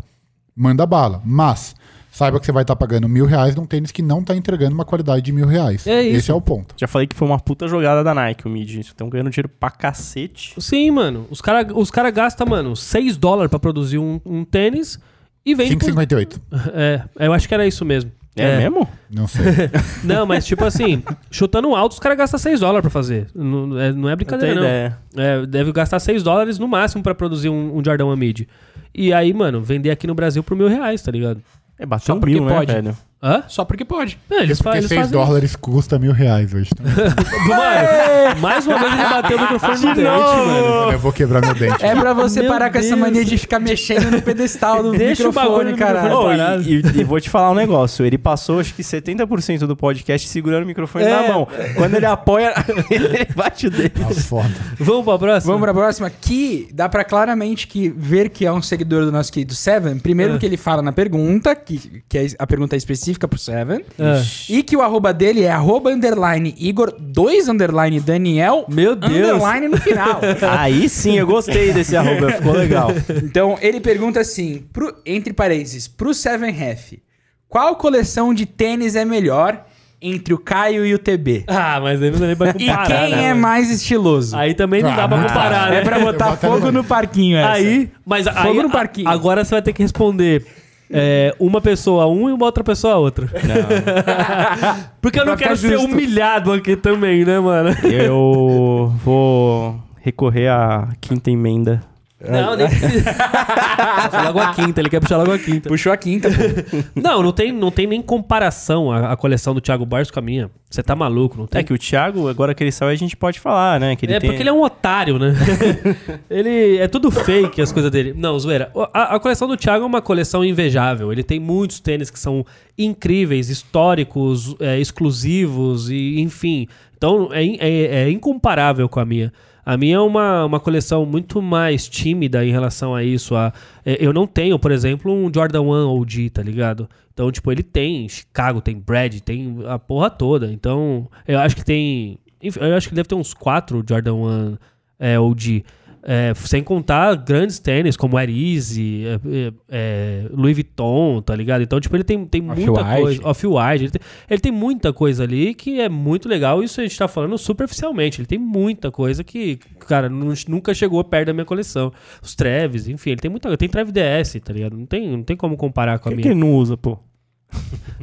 Speaker 3: manda bala. Mas saiba que você vai estar pagando mil reais num tênis que não tá entregando uma qualidade de mil reais.
Speaker 1: É isso.
Speaker 3: Esse é o ponto.
Speaker 2: Já falei que foi uma puta jogada da Nike o mid. Estão ganhando dinheiro pra cacete.
Speaker 1: Sim, mano. Os caras os cara gastam, mano, 6 dólares pra produzir um, um tênis e vende por...
Speaker 3: 5,58.
Speaker 1: É, eu acho que era isso mesmo.
Speaker 2: É, mesmo?
Speaker 3: Não sei.
Speaker 1: Não, mas tipo assim, chutando alto, os caras gastam 6 dólares pra fazer. Não é, não é
Speaker 2: Não tenho
Speaker 1: brincadeira, não.
Speaker 2: ideia.
Speaker 1: É, deve gastar 6 dólares no máximo pra produzir um, um Jordan 1 Mid. E aí, mano, vender aqui no Brasil por mil reais, tá ligado?
Speaker 2: É, bateu
Speaker 4: Só
Speaker 2: um
Speaker 4: porque
Speaker 2: mil, né,
Speaker 4: pode.
Speaker 2: velho?
Speaker 1: Hã?
Speaker 4: Só porque pode.
Speaker 1: É, eles, fa-
Speaker 3: Porque
Speaker 1: eles
Speaker 3: 6
Speaker 1: fazem.
Speaker 3: dólares custa mil reais hoje. tá?
Speaker 1: isso. Mano, mais uma vez ele bateu o microfone no dente, mano.
Speaker 3: Eu vou quebrar meu dente.
Speaker 4: É pra você
Speaker 1: Meu
Speaker 4: parar com essa
Speaker 1: Deus.
Speaker 4: mania de ficar mexendo no pedestal do
Speaker 1: Deixa o bagulho
Speaker 4: microfone,
Speaker 1: no
Speaker 4: caralho.
Speaker 1: microfone.
Speaker 2: Ô, e-
Speaker 1: parado.
Speaker 2: e, e vou te falar um negócio. Ele passou, acho que 70% do podcast segurando o microfone
Speaker 4: É.
Speaker 2: na mão. Quando ele apoia, ele bate o dedo.
Speaker 3: Tá foda.
Speaker 1: Vamos pra próxima?
Speaker 4: Vamos pra próxima, que dá pra claramente que ver que é um seguidor do nosso querido Seven. Primeiro
Speaker 1: Ah.
Speaker 4: que ele fala na pergunta, que, que é- a pergunta é específica pro Seven.
Speaker 1: Ah.
Speaker 4: E que o arroba dele é arroba underline Igor 2 underline Daniel
Speaker 1: Meu Deus.
Speaker 4: underline no final.
Speaker 2: Aí sim, eu gostei desse arroba, ficou legal.
Speaker 4: então ele pergunta assim, pro- entre parênteses, pro Seven Ref, qual coleção de tênis é melhor entre o Caio e o TB?
Speaker 1: Ah, mas aí não dá nem pra
Speaker 4: E
Speaker 1: comparar.
Speaker 4: quem
Speaker 1: né,
Speaker 4: é
Speaker 1: mano?
Speaker 4: mais estiloso?
Speaker 1: Aí também não dá pra comparar, né?
Speaker 4: É pra botar
Speaker 3: Bota
Speaker 4: fogo
Speaker 3: no-
Speaker 4: no parquinho É essa.
Speaker 1: Aí, mas
Speaker 4: Fogo
Speaker 1: aí,
Speaker 4: no parquinho.
Speaker 1: a- agora você vai ter que responder é, uma pessoa a um e uma outra pessoa a outra. Porque eu não
Speaker 4: Pra
Speaker 1: quero
Speaker 4: ficar
Speaker 1: ser
Speaker 4: justo.
Speaker 1: humilhado aqui também, né, mano?
Speaker 2: Eu vou recorrer à quinta emenda.
Speaker 1: Não, nem precisa. Puxa logo a quinta, ele quer puxar logo a quinta.
Speaker 4: Puxou a quinta, pô.
Speaker 1: Não, não tem, não tem nem comparação a, a coleção do Thiago Barros com a minha. Você tá maluco, não tem?
Speaker 2: É que o Thiago, agora que ele saiu, a gente pode falar, né? Que ele
Speaker 1: é
Speaker 2: tem...
Speaker 1: porque ele é um otário, né? ele é tudo fake as coisas dele. Não, zoeira. O- A, a coleção do Thiago é uma coleção invejável. Ele tem muitos tênis que são incríveis, históricos, é, exclusivos e enfim. Então é, in- é- é incomparável com a minha. A minha é uma, uma coleção muito mais tímida em relação a isso. A, é, eu não tenho, por exemplo, um Jordan 1 OG, tá ligado? Então, tipo, ele tem Chicago, tem Brad, tem a porra toda. Então, eu acho que tem enfim, eu acho que deve ter uns quatro Jordan 1 é, OG. É, sem contar grandes tênis como Air Easy, é, é, é, Louis Vuitton, tá ligado? Então, tipo, ele tem, tem muita
Speaker 4: Off-White.
Speaker 1: coisa. Off-White. Ele, tem- ele tem muita coisa ali que é muito legal. Isso a gente tá falando superficialmente. Ele tem muita coisa que, cara, nu- nunca chegou perto da minha coleção. Os Treves, enfim, ele tem muita coisa. Tem Treve DS, tá ligado? Não tem, não tem como comparar com a
Speaker 2: Por que é?
Speaker 1: minha.
Speaker 2: ele não usa, pô?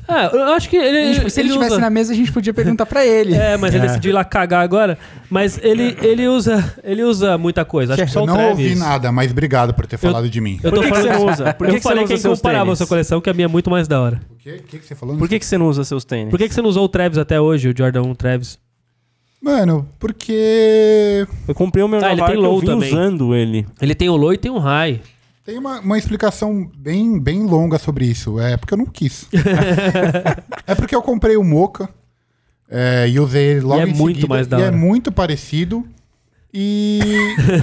Speaker 1: Ah, eu acho que ele.
Speaker 4: A gente- se ele estivesse
Speaker 1: usa-
Speaker 4: na mesa, a gente podia perguntar pra ele.
Speaker 1: É, mas ele decidiu ir lá cagar agora. Mas ele, ele, usa, ele usa muita coisa. Acho que só
Speaker 3: É, Eu
Speaker 1: o
Speaker 3: não
Speaker 1: Travis.
Speaker 3: ouvi nada, mas obrigado por ter falado de mim.
Speaker 1: Eu
Speaker 2: Por
Speaker 1: tô
Speaker 2: que que
Speaker 1: falando
Speaker 2: você não usa? Por que
Speaker 1: eu
Speaker 2: que você
Speaker 1: falei
Speaker 2: não
Speaker 1: que é
Speaker 2: usa seus
Speaker 1: incomparável a
Speaker 2: tênis?
Speaker 1: sua coleção, que a minha é muito mais da hora.
Speaker 3: O que, que, que você falou?
Speaker 2: Por que, que você não usa seus tênis?
Speaker 1: Por que, que você não usou o Travis até hoje, o Jordan 1 Travis?
Speaker 3: Mano, porque
Speaker 2: Eu comprei o meu
Speaker 1: Ah, ele
Speaker 2: Navarro
Speaker 1: tem
Speaker 2: que eu
Speaker 1: low
Speaker 2: vim
Speaker 1: também.
Speaker 2: usando ele.
Speaker 1: Ele tem o low e tem o high.
Speaker 3: tem uma, uma explicação bem, bem longa sobre isso. É porque eu não quis. é porque eu comprei o Moca é, e usei ele logo
Speaker 1: E é
Speaker 3: em
Speaker 1: muito
Speaker 3: seguida,
Speaker 1: mais da
Speaker 3: e é
Speaker 1: hora.
Speaker 3: muito parecido. E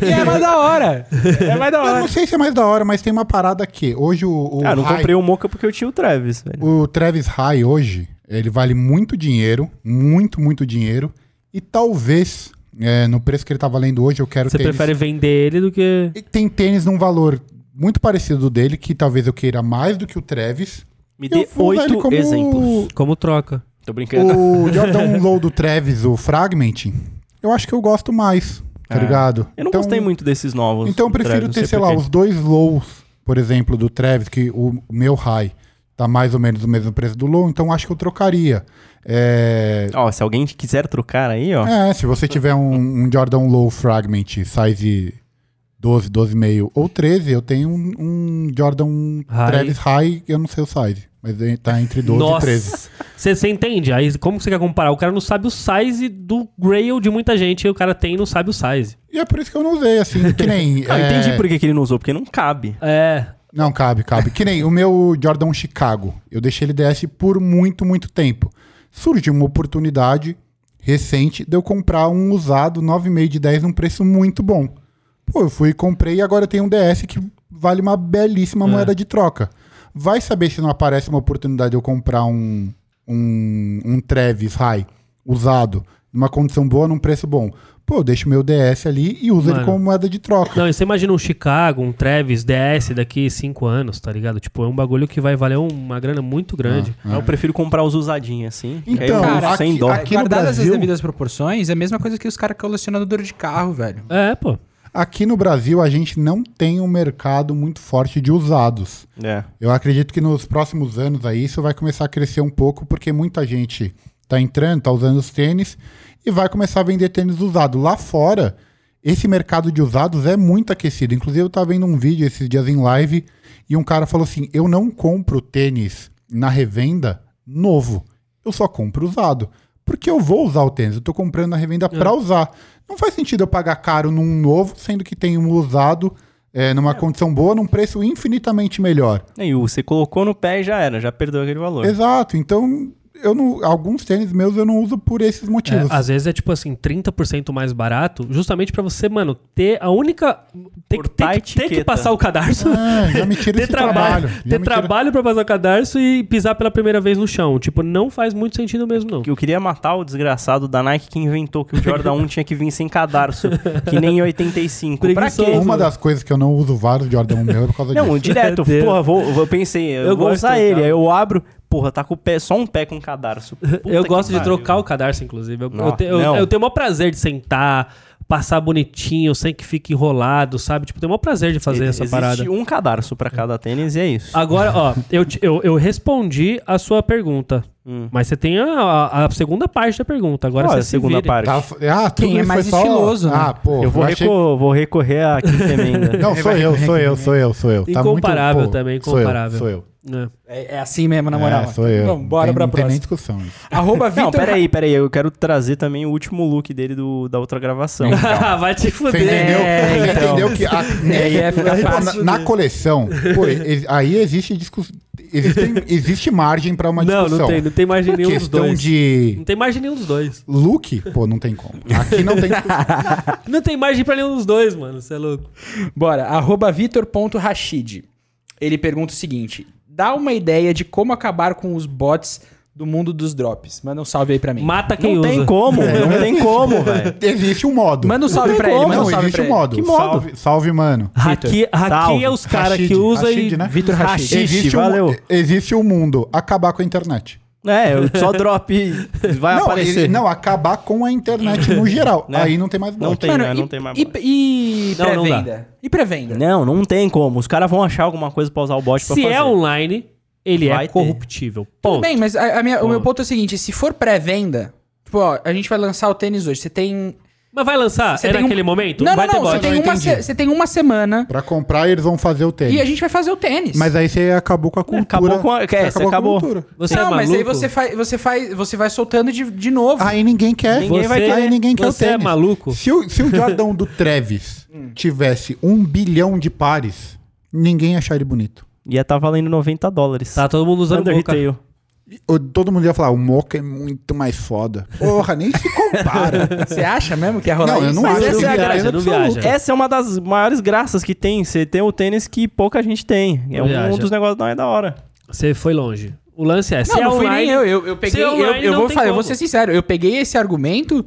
Speaker 4: E é mais da hora. É mais da
Speaker 3: eu não
Speaker 4: hora.
Speaker 3: sei se é mais da hora, mas tem uma parada que hoje o, o
Speaker 2: ah, não
Speaker 3: High-
Speaker 2: comprei o Moca porque eu tinha o Travis, velho.
Speaker 3: O Travis High hoje, ele vale muito dinheiro, muito, muito dinheiro. E talvez, é, no preço que ele tá valendo hoje, eu quero
Speaker 1: Você
Speaker 3: tênis.
Speaker 1: prefere vender ele do que.
Speaker 3: E Tem tênis num valor muito parecido do dele, que talvez eu queira mais do que o Travis.
Speaker 2: Me
Speaker 3: Eu
Speaker 2: dê
Speaker 3: vou usar ele
Speaker 2: oito
Speaker 3: como-
Speaker 2: exemplos.
Speaker 1: Como troca.
Speaker 2: Tô brincando.
Speaker 3: O Jordan um Low do Travis, o Fragment, eu acho que eu gosto mais, tá
Speaker 2: É.
Speaker 3: ligado?
Speaker 2: Eu não
Speaker 3: Então-
Speaker 2: gostei muito desses novos.
Speaker 3: Então eu
Speaker 2: do Travis,
Speaker 3: prefiro
Speaker 2: não
Speaker 3: ter, sei
Speaker 2: por
Speaker 3: lá,
Speaker 2: quê.
Speaker 3: os dois lows, por exemplo, do Travis, que o meu high tá mais ou menos o mesmo preço do low, então acho que eu trocaria. É...
Speaker 2: Ó, se alguém quiser trocar aí, ó.
Speaker 3: É, se você tiver um, um Jordan Low Fragment size 12, 12,5 ou 13, eu tenho um, um Jordan
Speaker 1: High.
Speaker 3: Travis High, eu não sei o size, mas ele tá entre 12 e 13.
Speaker 1: Nossa. Você você entende? Aí como que você quer comparar? O cara não sabe o size do Grail de muita gente e o cara tem e não sabe o size.
Speaker 3: E é por isso que eu não usei, assim, que nem...
Speaker 2: Ah,
Speaker 3: é,
Speaker 2: entendi por que, que ele não usou, porque não cabe.
Speaker 1: É.
Speaker 3: Não, cabe, cabe. Que nem o meu Jordan Chicago. Eu deixei ele DS por muito, muito tempo. Surgiu uma oportunidade recente de eu comprar um usado 9,5 de 10 num preço muito bom. Pô, eu fui e comprei e agora eu tenho um DS que vale uma belíssima moeda de troca. Vai saber se não aparece uma oportunidade de eu comprar um, um, um Travis High usado, numa condição boa, num preço bom. Pô, eu deixo meu DS ali e uso ele
Speaker 1: Mano.
Speaker 3: como moeda de troca.
Speaker 1: Não, e você imagina um Chicago, um Travis DS daqui cinco anos, tá ligado? Tipo, é um bagulho que vai valer uma grana muito grande.
Speaker 2: Não, Eu prefiro comprar os usadinhos, assim. que aí eu
Speaker 3: É. Então,
Speaker 2: uso
Speaker 3: aqui-
Speaker 2: sem dó.
Speaker 3: aqui- no
Speaker 4: Guardadas as
Speaker 3: Brasil-
Speaker 4: devidas proporções, é a mesma coisa que os caras colecionadores de carro, velho.
Speaker 1: É, pô.
Speaker 3: Aqui no Brasil, a gente não tem um mercado muito forte de usados.
Speaker 2: É.
Speaker 3: Eu acredito que nos próximos anos aí isso vai começar a crescer um pouco, porque muita gente tá entrando, tá usando os tênis e vai começar a vender tênis usado. Lá fora, esse mercado de usados é muito aquecido. Inclusive, eu tava vendo um vídeo esses dias em live e um cara falou assim: Eu não compro tênis na revenda novo. Eu só compro usado. Porque eu vou usar o tênis, eu tô comprando na revenda pra usar. Não faz sentido eu pagar caro num novo, sendo que tem um usado é, numa condição boa, num preço infinitamente melhor.
Speaker 2: Aí você colocou no pé e já era, já perdeu aquele valor.
Speaker 3: Exato. Então, eu não, alguns tênis meus eu não uso por esses
Speaker 1: É,
Speaker 3: motivos.
Speaker 1: às vezes é tipo assim, 30% mais barato, justamente pra você, mano, ter a única. Ter,
Speaker 2: Cortar a
Speaker 1: ter, ter que
Speaker 2: etiqueta.
Speaker 1: passar o cadarço.
Speaker 3: É, já me tira
Speaker 1: ter
Speaker 3: esse trabalho.
Speaker 1: trabalho,
Speaker 3: já
Speaker 1: ter
Speaker 3: me tira-
Speaker 1: trabalho pra passar o cadarço e pisar pela primeira vez no chão. Tipo, não faz muito sentido mesmo, não.
Speaker 2: Que Eu queria matar o desgraçado da Nike que inventou que o Jordan 1 tinha que vir sem cadarço, que nem em 85. Pra
Speaker 1: Preguiçoso.
Speaker 2: quê?
Speaker 3: Uma das coisas que eu não uso vários Jordan 1 meu é por causa
Speaker 2: Não,
Speaker 3: disso.
Speaker 2: direto.
Speaker 1: Meu Deus.
Speaker 2: Porra, vou, vou- eu pensei, eu,
Speaker 1: Eu
Speaker 2: vou
Speaker 1: gosto
Speaker 2: usar
Speaker 1: de
Speaker 2: ele.
Speaker 1: trocar.
Speaker 2: Aí eu abro, porra, tá com o pé, só um pé com cadarço. Puta
Speaker 1: eu
Speaker 2: que
Speaker 1: gosto de
Speaker 2: pariu.
Speaker 1: trocar o cadarço, inclusive. Eu,
Speaker 2: Não,
Speaker 1: eu te- eu-
Speaker 2: não.
Speaker 1: eu tenho o maior prazer de sentar, passar bonitinho, sem que fique enrolado, sabe? Tipo, tenho o maior prazer de fazer essa
Speaker 2: Existe
Speaker 1: parada.
Speaker 2: um cadarço pra cada tênis e é isso.
Speaker 1: Agora, ó, eu, te- eu, eu respondi a sua pergunta. Mas você tem a, a- a segunda parte da pergunta. Agora
Speaker 2: Olha
Speaker 1: você
Speaker 2: a
Speaker 1: se
Speaker 2: segunda
Speaker 1: vire.
Speaker 2: parte.
Speaker 3: Tá- ah, tudo
Speaker 4: Quem é
Speaker 3: isso
Speaker 4: mais
Speaker 3: foi só-
Speaker 4: estiloso, né?
Speaker 3: Ah, pô.
Speaker 2: eu vou,
Speaker 3: achei-
Speaker 2: reco- vou recorrer à quinta emenda.
Speaker 3: Não, sou eu, sou eu, sou eu, sou eu. Tá muito-
Speaker 1: Incomparável
Speaker 3: pô,
Speaker 1: também,
Speaker 3: sou eu,
Speaker 1: incomparável.
Speaker 3: Sou eu.
Speaker 1: É.
Speaker 4: É, é assim mesmo, na moral.
Speaker 3: É, sou eu.
Speaker 4: Vamos, bora
Speaker 3: tem,
Speaker 4: pra
Speaker 3: não tem nem
Speaker 4: próxima.
Speaker 3: discussão. isso.
Speaker 4: Arroba
Speaker 2: Não,
Speaker 4: Vitor.
Speaker 2: peraí, peraí. Eu quero trazer também o último look dele do- da outra gravação.
Speaker 1: É. Vai te
Speaker 3: Você
Speaker 1: fuder.
Speaker 3: entendeu?
Speaker 4: É,
Speaker 3: Você
Speaker 4: então.
Speaker 3: entendeu que a-
Speaker 4: aí é ficar
Speaker 3: Pô, na-
Speaker 4: fácil
Speaker 3: na,
Speaker 4: de-
Speaker 3: coleção, pô, e- aí existe discussão. Existe, existe margem pra uma
Speaker 1: Não,
Speaker 3: discussão.
Speaker 1: não tem, não tem mais de nenhum dos
Speaker 3: Questão
Speaker 1: dois.
Speaker 3: de
Speaker 1: Não tem margem nenhum dos dois.
Speaker 3: look, pô, não tem como. Aqui não tem discussão.
Speaker 1: Não tem margem pra nenhum dos dois, mano. Você é louco.
Speaker 4: Bora, arroba vitor.rachid. Ele pergunta o seguinte: dá uma ideia de como acabar com os bots do mundo dos drops. Manda um salve aí pra mim.
Speaker 1: Mata quem
Speaker 2: Não
Speaker 1: usa.
Speaker 2: tem como,
Speaker 3: É.
Speaker 2: não tem como, velho.
Speaker 3: Existe um modo.
Speaker 4: Manda um salve
Speaker 2: tem
Speaker 4: pra ele,
Speaker 2: como,
Speaker 4: manda um
Speaker 3: não,
Speaker 4: salve
Speaker 3: existe
Speaker 4: pra
Speaker 3: um
Speaker 4: ele.
Speaker 3: modo.
Speaker 2: Que modo?
Speaker 3: Salve, salve, mano.
Speaker 1: Hacke-
Speaker 2: Salve.
Speaker 1: Hackeia é os caras que
Speaker 3: Rashid,
Speaker 1: usa
Speaker 3: Rashid,
Speaker 1: e.
Speaker 3: né?
Speaker 4: Vitor Rachid.
Speaker 2: Rachid.
Speaker 3: Existe um,
Speaker 2: valeu.
Speaker 3: existe um mundo. Acabar com a internet.
Speaker 2: É, eu só drop e vai
Speaker 3: não,
Speaker 2: aparecer.
Speaker 3: ele- não, acabar com a internet no geral.
Speaker 2: Né?
Speaker 3: Aí não tem mais
Speaker 2: Não
Speaker 3: bot.
Speaker 2: tem,
Speaker 4: Mano,
Speaker 2: né?
Speaker 4: e,
Speaker 2: não tem mais
Speaker 4: e,
Speaker 2: bot.
Speaker 4: e
Speaker 1: Não, não dá.
Speaker 4: pré-venda? E pré-venda?
Speaker 2: Não, não tem como. Os caras vão achar alguma coisa pra usar o bot pra
Speaker 1: Se
Speaker 2: fazer.
Speaker 1: é online, ele
Speaker 2: Vai
Speaker 1: é
Speaker 2: ter.
Speaker 1: corruptível.
Speaker 4: Tudo
Speaker 1: Ponto.
Speaker 4: bem, mas a- a minha- o meu ponto é o seguinte: se for pré-venda, tipo, ó, a gente vai lançar o tênis hoje. Você tem.
Speaker 1: Mas vai lançar?
Speaker 4: Você
Speaker 1: é
Speaker 4: tem um-
Speaker 1: naquele momento?
Speaker 4: Não,
Speaker 1: vai
Speaker 4: não, não. Você
Speaker 1: ter bot.
Speaker 4: tem,
Speaker 3: Eu
Speaker 4: uma,
Speaker 3: entendi.
Speaker 4: se- você tem uma semana
Speaker 3: Pra comprar, eles vão fazer o tênis.
Speaker 4: e a gente vai fazer o tênis.
Speaker 3: Mas aí você acabou com a cultura.
Speaker 2: acabou com a- é, você acabou.
Speaker 3: cultura.
Speaker 1: Você
Speaker 4: não,
Speaker 1: é
Speaker 4: mas
Speaker 1: maluco?
Speaker 4: aí você faz, você faz, você vai soltando de, de novo.
Speaker 3: Aí ninguém quer.
Speaker 2: Ninguém vai
Speaker 3: Aí
Speaker 2: querer.
Speaker 3: ninguém quer o
Speaker 1: Você é
Speaker 3: tênis.
Speaker 1: maluco?
Speaker 3: Se o, se o Jordan do Travis tivesse um bilhão de pares, ninguém ia achar ele bonito.
Speaker 2: Ia tá valendo 90 dólares.
Speaker 1: Tá todo mundo usando
Speaker 2: Under
Speaker 1: boca.
Speaker 2: retail.
Speaker 3: E o- todo mundo ia falar, o Moca é muito mais foda. Porra, nem se compara.
Speaker 4: Você acha mesmo que ia rolar
Speaker 3: não, eu
Speaker 4: isso?
Speaker 3: não
Speaker 2: Mas
Speaker 3: acho
Speaker 2: essa
Speaker 3: que
Speaker 2: é a
Speaker 3: ele
Speaker 2: graça,
Speaker 3: era
Speaker 1: não
Speaker 3: absoluto.
Speaker 1: viaja.
Speaker 2: Essa é uma das maiores graças que tem. Você tem o tênis que pouca gente tem. É um,
Speaker 1: Viaja.
Speaker 2: dos negócios não é da hora.
Speaker 1: Você foi longe. O lance é,
Speaker 4: Não,
Speaker 1: se é
Speaker 4: não fui nem
Speaker 1: online...
Speaker 4: eu. Eu, eu peguei.
Speaker 1: Se é
Speaker 4: eu-
Speaker 1: online,
Speaker 4: eu,
Speaker 1: não
Speaker 4: vou
Speaker 1: tem
Speaker 4: falar, eu
Speaker 1: como.
Speaker 4: vou ser sincero, eu peguei esse argumento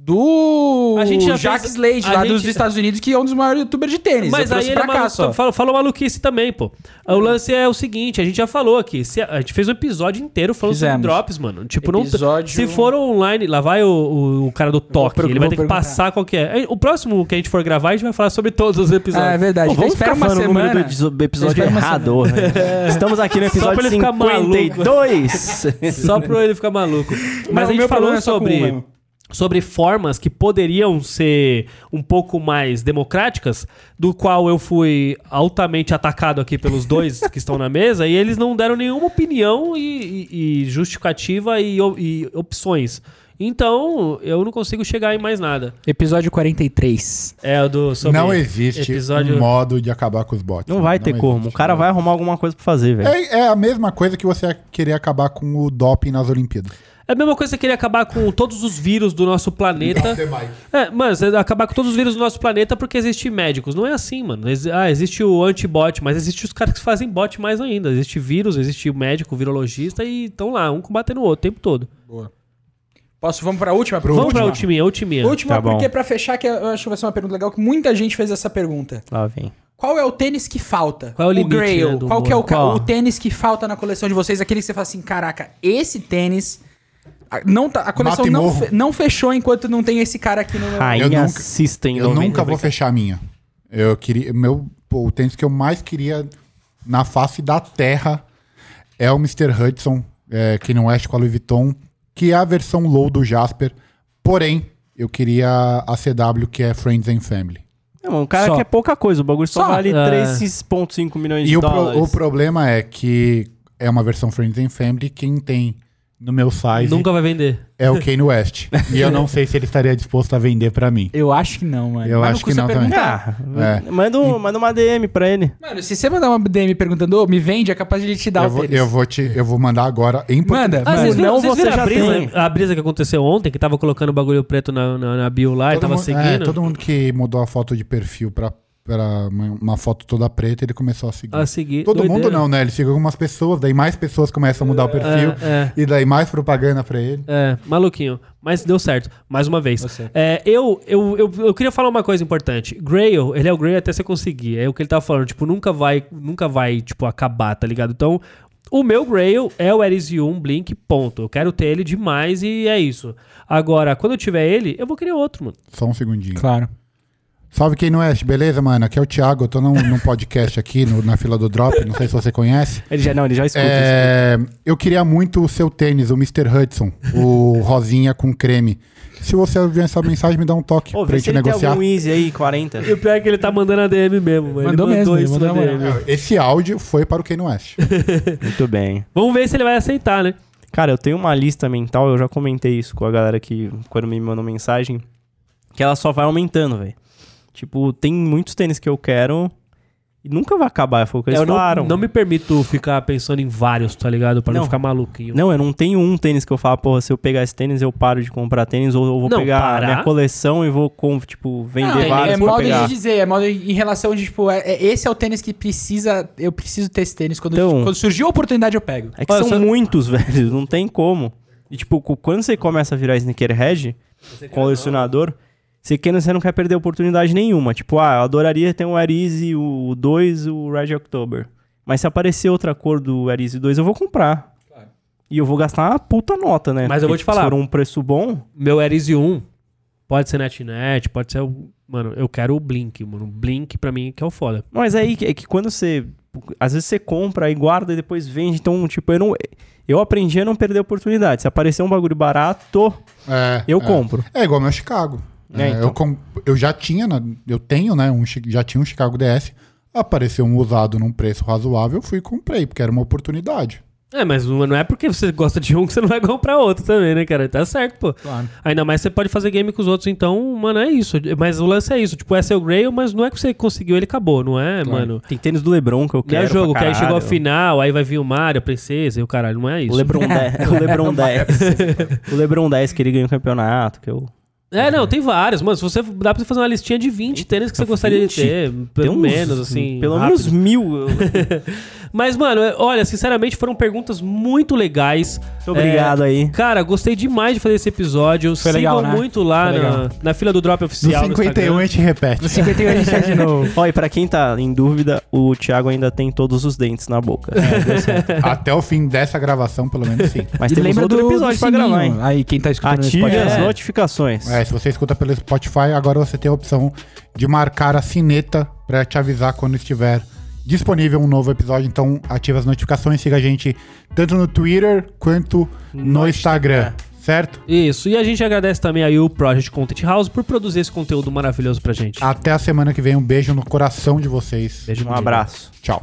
Speaker 4: do
Speaker 1: A gente já
Speaker 4: Jack
Speaker 1: fez-
Speaker 4: Slade,
Speaker 1: a
Speaker 4: lá
Speaker 1: gente-
Speaker 4: dos Estados Unidos, que é um dos maiores youtubers de tênis. eu
Speaker 1: Mas aí
Speaker 4: trouxe
Speaker 1: ele
Speaker 4: pra
Speaker 1: é
Speaker 4: cá
Speaker 1: maluco,
Speaker 4: só.
Speaker 1: Fala, fala maluquice também, pô. O lance é o seguinte, a gente já falou aqui. se- a gente fez um episódio inteiro falando
Speaker 4: Fizemos.
Speaker 1: sobre drops, mano. Tipo, não-
Speaker 4: Episódio-
Speaker 1: se for online, lá vai o, o- o cara do toque.
Speaker 4: proc-
Speaker 1: ele vai
Speaker 4: vou
Speaker 1: ter que
Speaker 4: perguntar.
Speaker 1: passar qual que é. É, O próximo que a gente for gravar, a gente vai falar sobre todos os episódios.
Speaker 4: Ah, é verdade.
Speaker 2: Pô,
Speaker 4: Então
Speaker 2: vamos
Speaker 4: espera
Speaker 2: ficar
Speaker 4: uma
Speaker 2: falando o número do
Speaker 4: semana.
Speaker 2: episo- do episódio
Speaker 4: Espera uma
Speaker 2: errado. né? Estamos aqui no
Speaker 1: pra
Speaker 2: episódio
Speaker 1: ele ficar maluco.
Speaker 2: 52.
Speaker 1: Só pra ele ficar maluco.
Speaker 4: Não,
Speaker 1: Mas
Speaker 4: o
Speaker 1: a
Speaker 4: meu
Speaker 1: gente
Speaker 4: problema
Speaker 1: falou
Speaker 4: é só com um
Speaker 1: sobre,
Speaker 4: mesmo.
Speaker 1: sobre formas que poderiam ser um pouco mais democráticas, do qual eu fui altamente atacado aqui pelos dois que estão na mesa, e eles não deram nenhuma opinião e, e- e justificativa e, o- e opções. Então, eu não consigo chegar em mais nada.
Speaker 4: Episódio 43.
Speaker 1: É o do sobre
Speaker 3: Não existe
Speaker 1: episódio
Speaker 3: um modo de acabar com os bots.
Speaker 2: Não vai ter
Speaker 3: existe.
Speaker 2: como. O cara vai arrumar alguma coisa pra fazer, velho.
Speaker 3: É, é a mesma coisa que você querer acabar com o doping nas Olimpíadas.
Speaker 1: É a mesma coisa que você querer acabar com todos os vírus do nosso planeta. É, mano, você acabar com todos os vírus do nosso planeta porque existe médicos. Não é assim, mano. Ex- Ah, existe o antibot, mas existe os caras que fazem bot mais ainda. Existe vírus, existe o médico, o virologista e estão lá, um combatendo o outro o tempo todo.
Speaker 4: Posso, vamos pra última?
Speaker 1: Vamos pra ultiminha, ultiminha.
Speaker 4: Última,
Speaker 2: Tá bom.
Speaker 4: porque pra fechar, que eu acho que vai ser uma pergunta legal, que muita gente fez essa pergunta.
Speaker 2: Lá vem.
Speaker 4: Qual é o tênis que falta?
Speaker 1: Qual é o limite,
Speaker 4: Grail.
Speaker 1: né, do
Speaker 4: qual que é o,
Speaker 1: humor?
Speaker 4: ca-
Speaker 2: Qual?
Speaker 4: o tênis que falta na coleção de vocês? Aquele que você fala assim, caraca, esse tênis... a- Não tá, a coleção
Speaker 3: Mata e
Speaker 4: não,
Speaker 3: morro.
Speaker 4: fe- não fechou enquanto não tem esse cara aqui no meu...
Speaker 2: Rainha
Speaker 3: nunca-
Speaker 2: assistem.
Speaker 3: Eu nunca vou fechar a minha. Eu queria. Meu, pô, o tênis que eu mais queria na face da terra é o Mr. Hudson, é, que não é com a Louis Vuitton, que é a versão low do Jasper. Porém, eu queria a CW, que é Friends and Family.
Speaker 2: Não, mano, o cara
Speaker 4: Só.
Speaker 2: quer pouca coisa. O bagulho só,
Speaker 4: Só.
Speaker 2: vale
Speaker 1: É.
Speaker 2: 3,5 milhões de
Speaker 3: E o, pro-
Speaker 2: dólares.
Speaker 3: o problema é que é uma versão Friends and Family. Quem tem no meu size
Speaker 1: Nunca vai vender.
Speaker 3: é o Kanye West. e eu não sei se ele estaria disposto a vender pra mim.
Speaker 4: Eu acho que não, mano.
Speaker 3: Eu
Speaker 4: Mas
Speaker 3: acho que
Speaker 4: custa
Speaker 3: não também.
Speaker 4: perguntar.
Speaker 3: É.
Speaker 2: Ah, Manda, um, manda uma DM pra ele.
Speaker 4: Mano, se você mandar uma DM perguntando, ô, me vende, é capaz de ele te dar
Speaker 3: Eu
Speaker 4: o
Speaker 3: vou,
Speaker 4: tênis.
Speaker 3: eu vou te, eu vou mandar agora em portu-
Speaker 4: Manda,
Speaker 1: Ah,
Speaker 4: manda.
Speaker 1: vocês viram,
Speaker 2: não,
Speaker 1: vocês
Speaker 2: você
Speaker 1: viram a
Speaker 2: já
Speaker 1: brisa?
Speaker 2: tem.
Speaker 1: né? A brisa que aconteceu ontem, que tava colocando o bagulho preto na, na, na bio lá e
Speaker 3: Todo
Speaker 1: tava
Speaker 3: mundo-
Speaker 1: seguindo.
Speaker 3: é, todo mundo que mudou a foto de perfil pra, pra uma uma foto toda preta, ele começou a seguir.
Speaker 1: A Ah, seguir.
Speaker 3: Todo
Speaker 1: doideira.
Speaker 3: mundo não, né? Ele chega com umas pessoas, daí mais pessoas começam a mudar o perfil.
Speaker 1: é.
Speaker 3: E daí mais propaganda pra ele.
Speaker 1: É, maluquinho. Mas deu certo, mais uma vez. É, eu, eu, eu, eu queria falar uma coisa importante. Grail, ele é o Grail até você conseguir. É o que ele tava falando, tipo, nunca vai, nunca vai, tipo, acabar, tá ligado? Então, o meu Grail é o Erisio 1 Blink, ponto. Eu quero ter ele demais e é isso. Agora, quando eu tiver ele, eu vou querer outro, mano.
Speaker 3: Só um segundinho.
Speaker 4: Claro.
Speaker 3: Salve quem não é, beleza, mano? Aqui é o Thiago, eu tô num, num podcast aqui no- na fila do Drop, não sei se você conhece.
Speaker 2: Ele já, não, ele já escuta. isso.
Speaker 3: É, eu queria muito o seu tênis, o Mr. Hudson, o rosinha com creme. Se você ouvir essa mensagem, me dá um toque
Speaker 2: Ô,
Speaker 3: pra
Speaker 2: vê se
Speaker 3: gente
Speaker 2: ele tem
Speaker 3: negociar.
Speaker 2: algum Easy aí, 40.
Speaker 1: E o pior é que ele tá mandando a DM mesmo, mano.
Speaker 4: Mandou
Speaker 1: ele mandou
Speaker 4: mesmo, ele
Speaker 1: isso
Speaker 4: mandou
Speaker 1: na
Speaker 4: na
Speaker 1: DM.
Speaker 4: moral.
Speaker 3: Esse áudio foi para o Kanye West.
Speaker 2: Muito bem.
Speaker 1: Vamos ver se ele vai aceitar, né?
Speaker 2: Cara, eu tenho uma lista mental, eu já comentei isso com a galera que, quando me mandou mensagem, que ela só vai aumentando, velho. Tipo, tem muitos tênis que eu quero e nunca vai acabar, foi o que eles
Speaker 1: É, Eu não,
Speaker 2: falaram.
Speaker 1: não me permito ficar pensando em vários, tá ligado? Pra não,
Speaker 2: Não.
Speaker 1: ficar maluquinho.
Speaker 2: Não, eu não tenho um tênis que eu falo, porra, se eu pegar esse tênis, eu paro de comprar tênis, ou eu vou
Speaker 1: Não,
Speaker 2: pegar a
Speaker 1: parar.
Speaker 2: minha coleção e vou, com, tipo, vender
Speaker 4: Não, é- é
Speaker 2: vários pra
Speaker 4: modo
Speaker 2: pegar.
Speaker 4: de dizer, é modo em relação de, tipo, é- é- esse é o tênis que precisa, eu preciso ter esse tênis. Quando,
Speaker 2: Então-
Speaker 4: quando surgiu a oportunidade, eu pego.
Speaker 2: É que
Speaker 1: Olha, só-
Speaker 2: são muitos, velho. Não tem como. E, tipo, cu- quando você começa a virar sneakerhead, colecionador, você, quer, você não quer perder oportunidade nenhuma. Tipo, ah, eu adoraria ter um Air Easy, o 2, o Red October. Mas se aparecer outra cor do Air Easy 2, eu vou comprar. E eu vou gastar uma puta nota, né?
Speaker 1: Mas eu vou te falar.
Speaker 2: Se for um preço bom,
Speaker 1: Meu Eris 1 pode ser NetNet, pode ser o. Mano, eu quero o Blink, mano. O Blink pra mim que é o foda.
Speaker 2: Mas aí que- é que quando você. Às vezes você compra e guarda e depois vende. Então, tipo, eu não. Eu aprendi a não perder oportunidade. Se aparecer um bagulho barato,
Speaker 3: É,
Speaker 2: eu
Speaker 3: é.
Speaker 2: compro.
Speaker 3: É igual meu Chicago.
Speaker 2: É,
Speaker 3: É,
Speaker 2: então.
Speaker 3: eu, com- eu já tinha, na- eu tenho, né? Um, chi- já tinha um Chicago DS. Apareceu um usado num preço razoável, eu fui e comprei, porque era uma oportunidade.
Speaker 1: É, mas não não é porque você gosta de um que você não vai comprar outro também, né, cara? Tá certo, pô.
Speaker 4: Claro.
Speaker 1: Ainda mais você pode fazer game com os outros, então, mano, é isso. Mas o lance é isso. Tipo, é seu Grail, mas não é que você conseguiu, ele acabou, não é, mano?
Speaker 2: Tem tênis do Lebron que eu
Speaker 1: Não
Speaker 2: quero.
Speaker 1: é jogo, que
Speaker 2: pra
Speaker 1: aí chegou a
Speaker 2: caralho.
Speaker 1: final, aí vai vir o Mario, a princesa e o caralho, não é
Speaker 2: O
Speaker 1: isso.
Speaker 2: Lebron 10. o Lebron 10. o Lebron 10 que ele ganhou o campeonato. Que eu...
Speaker 1: É, não, tem vários, mano. Se você dá pra você fazer uma listinha de 20 tênis que você gostaria de
Speaker 2: 20?
Speaker 1: ter,
Speaker 2: Tá Tem
Speaker 1: pelo
Speaker 2: uns-
Speaker 1: menos, assim.
Speaker 2: Pelo
Speaker 1: rápido.
Speaker 2: menos mil. eu-
Speaker 1: Mas, mano, é- olha, sinceramente, foram perguntas muito legais. É,
Speaker 2: Muito obrigado aí.
Speaker 1: Cara, gostei demais de fazer esse episódio. Sigam
Speaker 4: legal, né?
Speaker 1: muito lá
Speaker 4: Foi
Speaker 1: na,
Speaker 4: legal.
Speaker 1: na fila do Drop Oficial. no Instagram.
Speaker 3: um, a gente repete.
Speaker 4: No 51 a gente tá de novo.
Speaker 2: Ó, e pra quem tá em dúvida, o Thiago ainda tem todos os dentes na boca.
Speaker 3: Até o fim dessa gravação, pelo menos sim.
Speaker 2: Mas
Speaker 4: E
Speaker 2: temos
Speaker 4: lembra
Speaker 2: outro
Speaker 4: do- do
Speaker 2: episódio pra gravar, hein?
Speaker 1: né?
Speaker 4: sininho. Aí, quem tá escutando esse
Speaker 2: Ative
Speaker 4: podcast.
Speaker 2: as
Speaker 1: É.
Speaker 2: notificações. Um
Speaker 3: É, se você escuta pelo Spotify, agora você tem a opção de marcar a sineta pra te avisar quando estiver disponível um novo episódio. Então ativa as notificações, siga a gente tanto no Twitter quanto no Instagram, certo?
Speaker 1: Isso. E a gente agradece também aí o Project Content House por produzir esse conteúdo maravilhoso pra gente.
Speaker 3: Até a semana que vem, um beijo no coração de vocês.
Speaker 1: Beijo
Speaker 2: Um
Speaker 1: no dia.
Speaker 2: abraço.
Speaker 3: Tchau.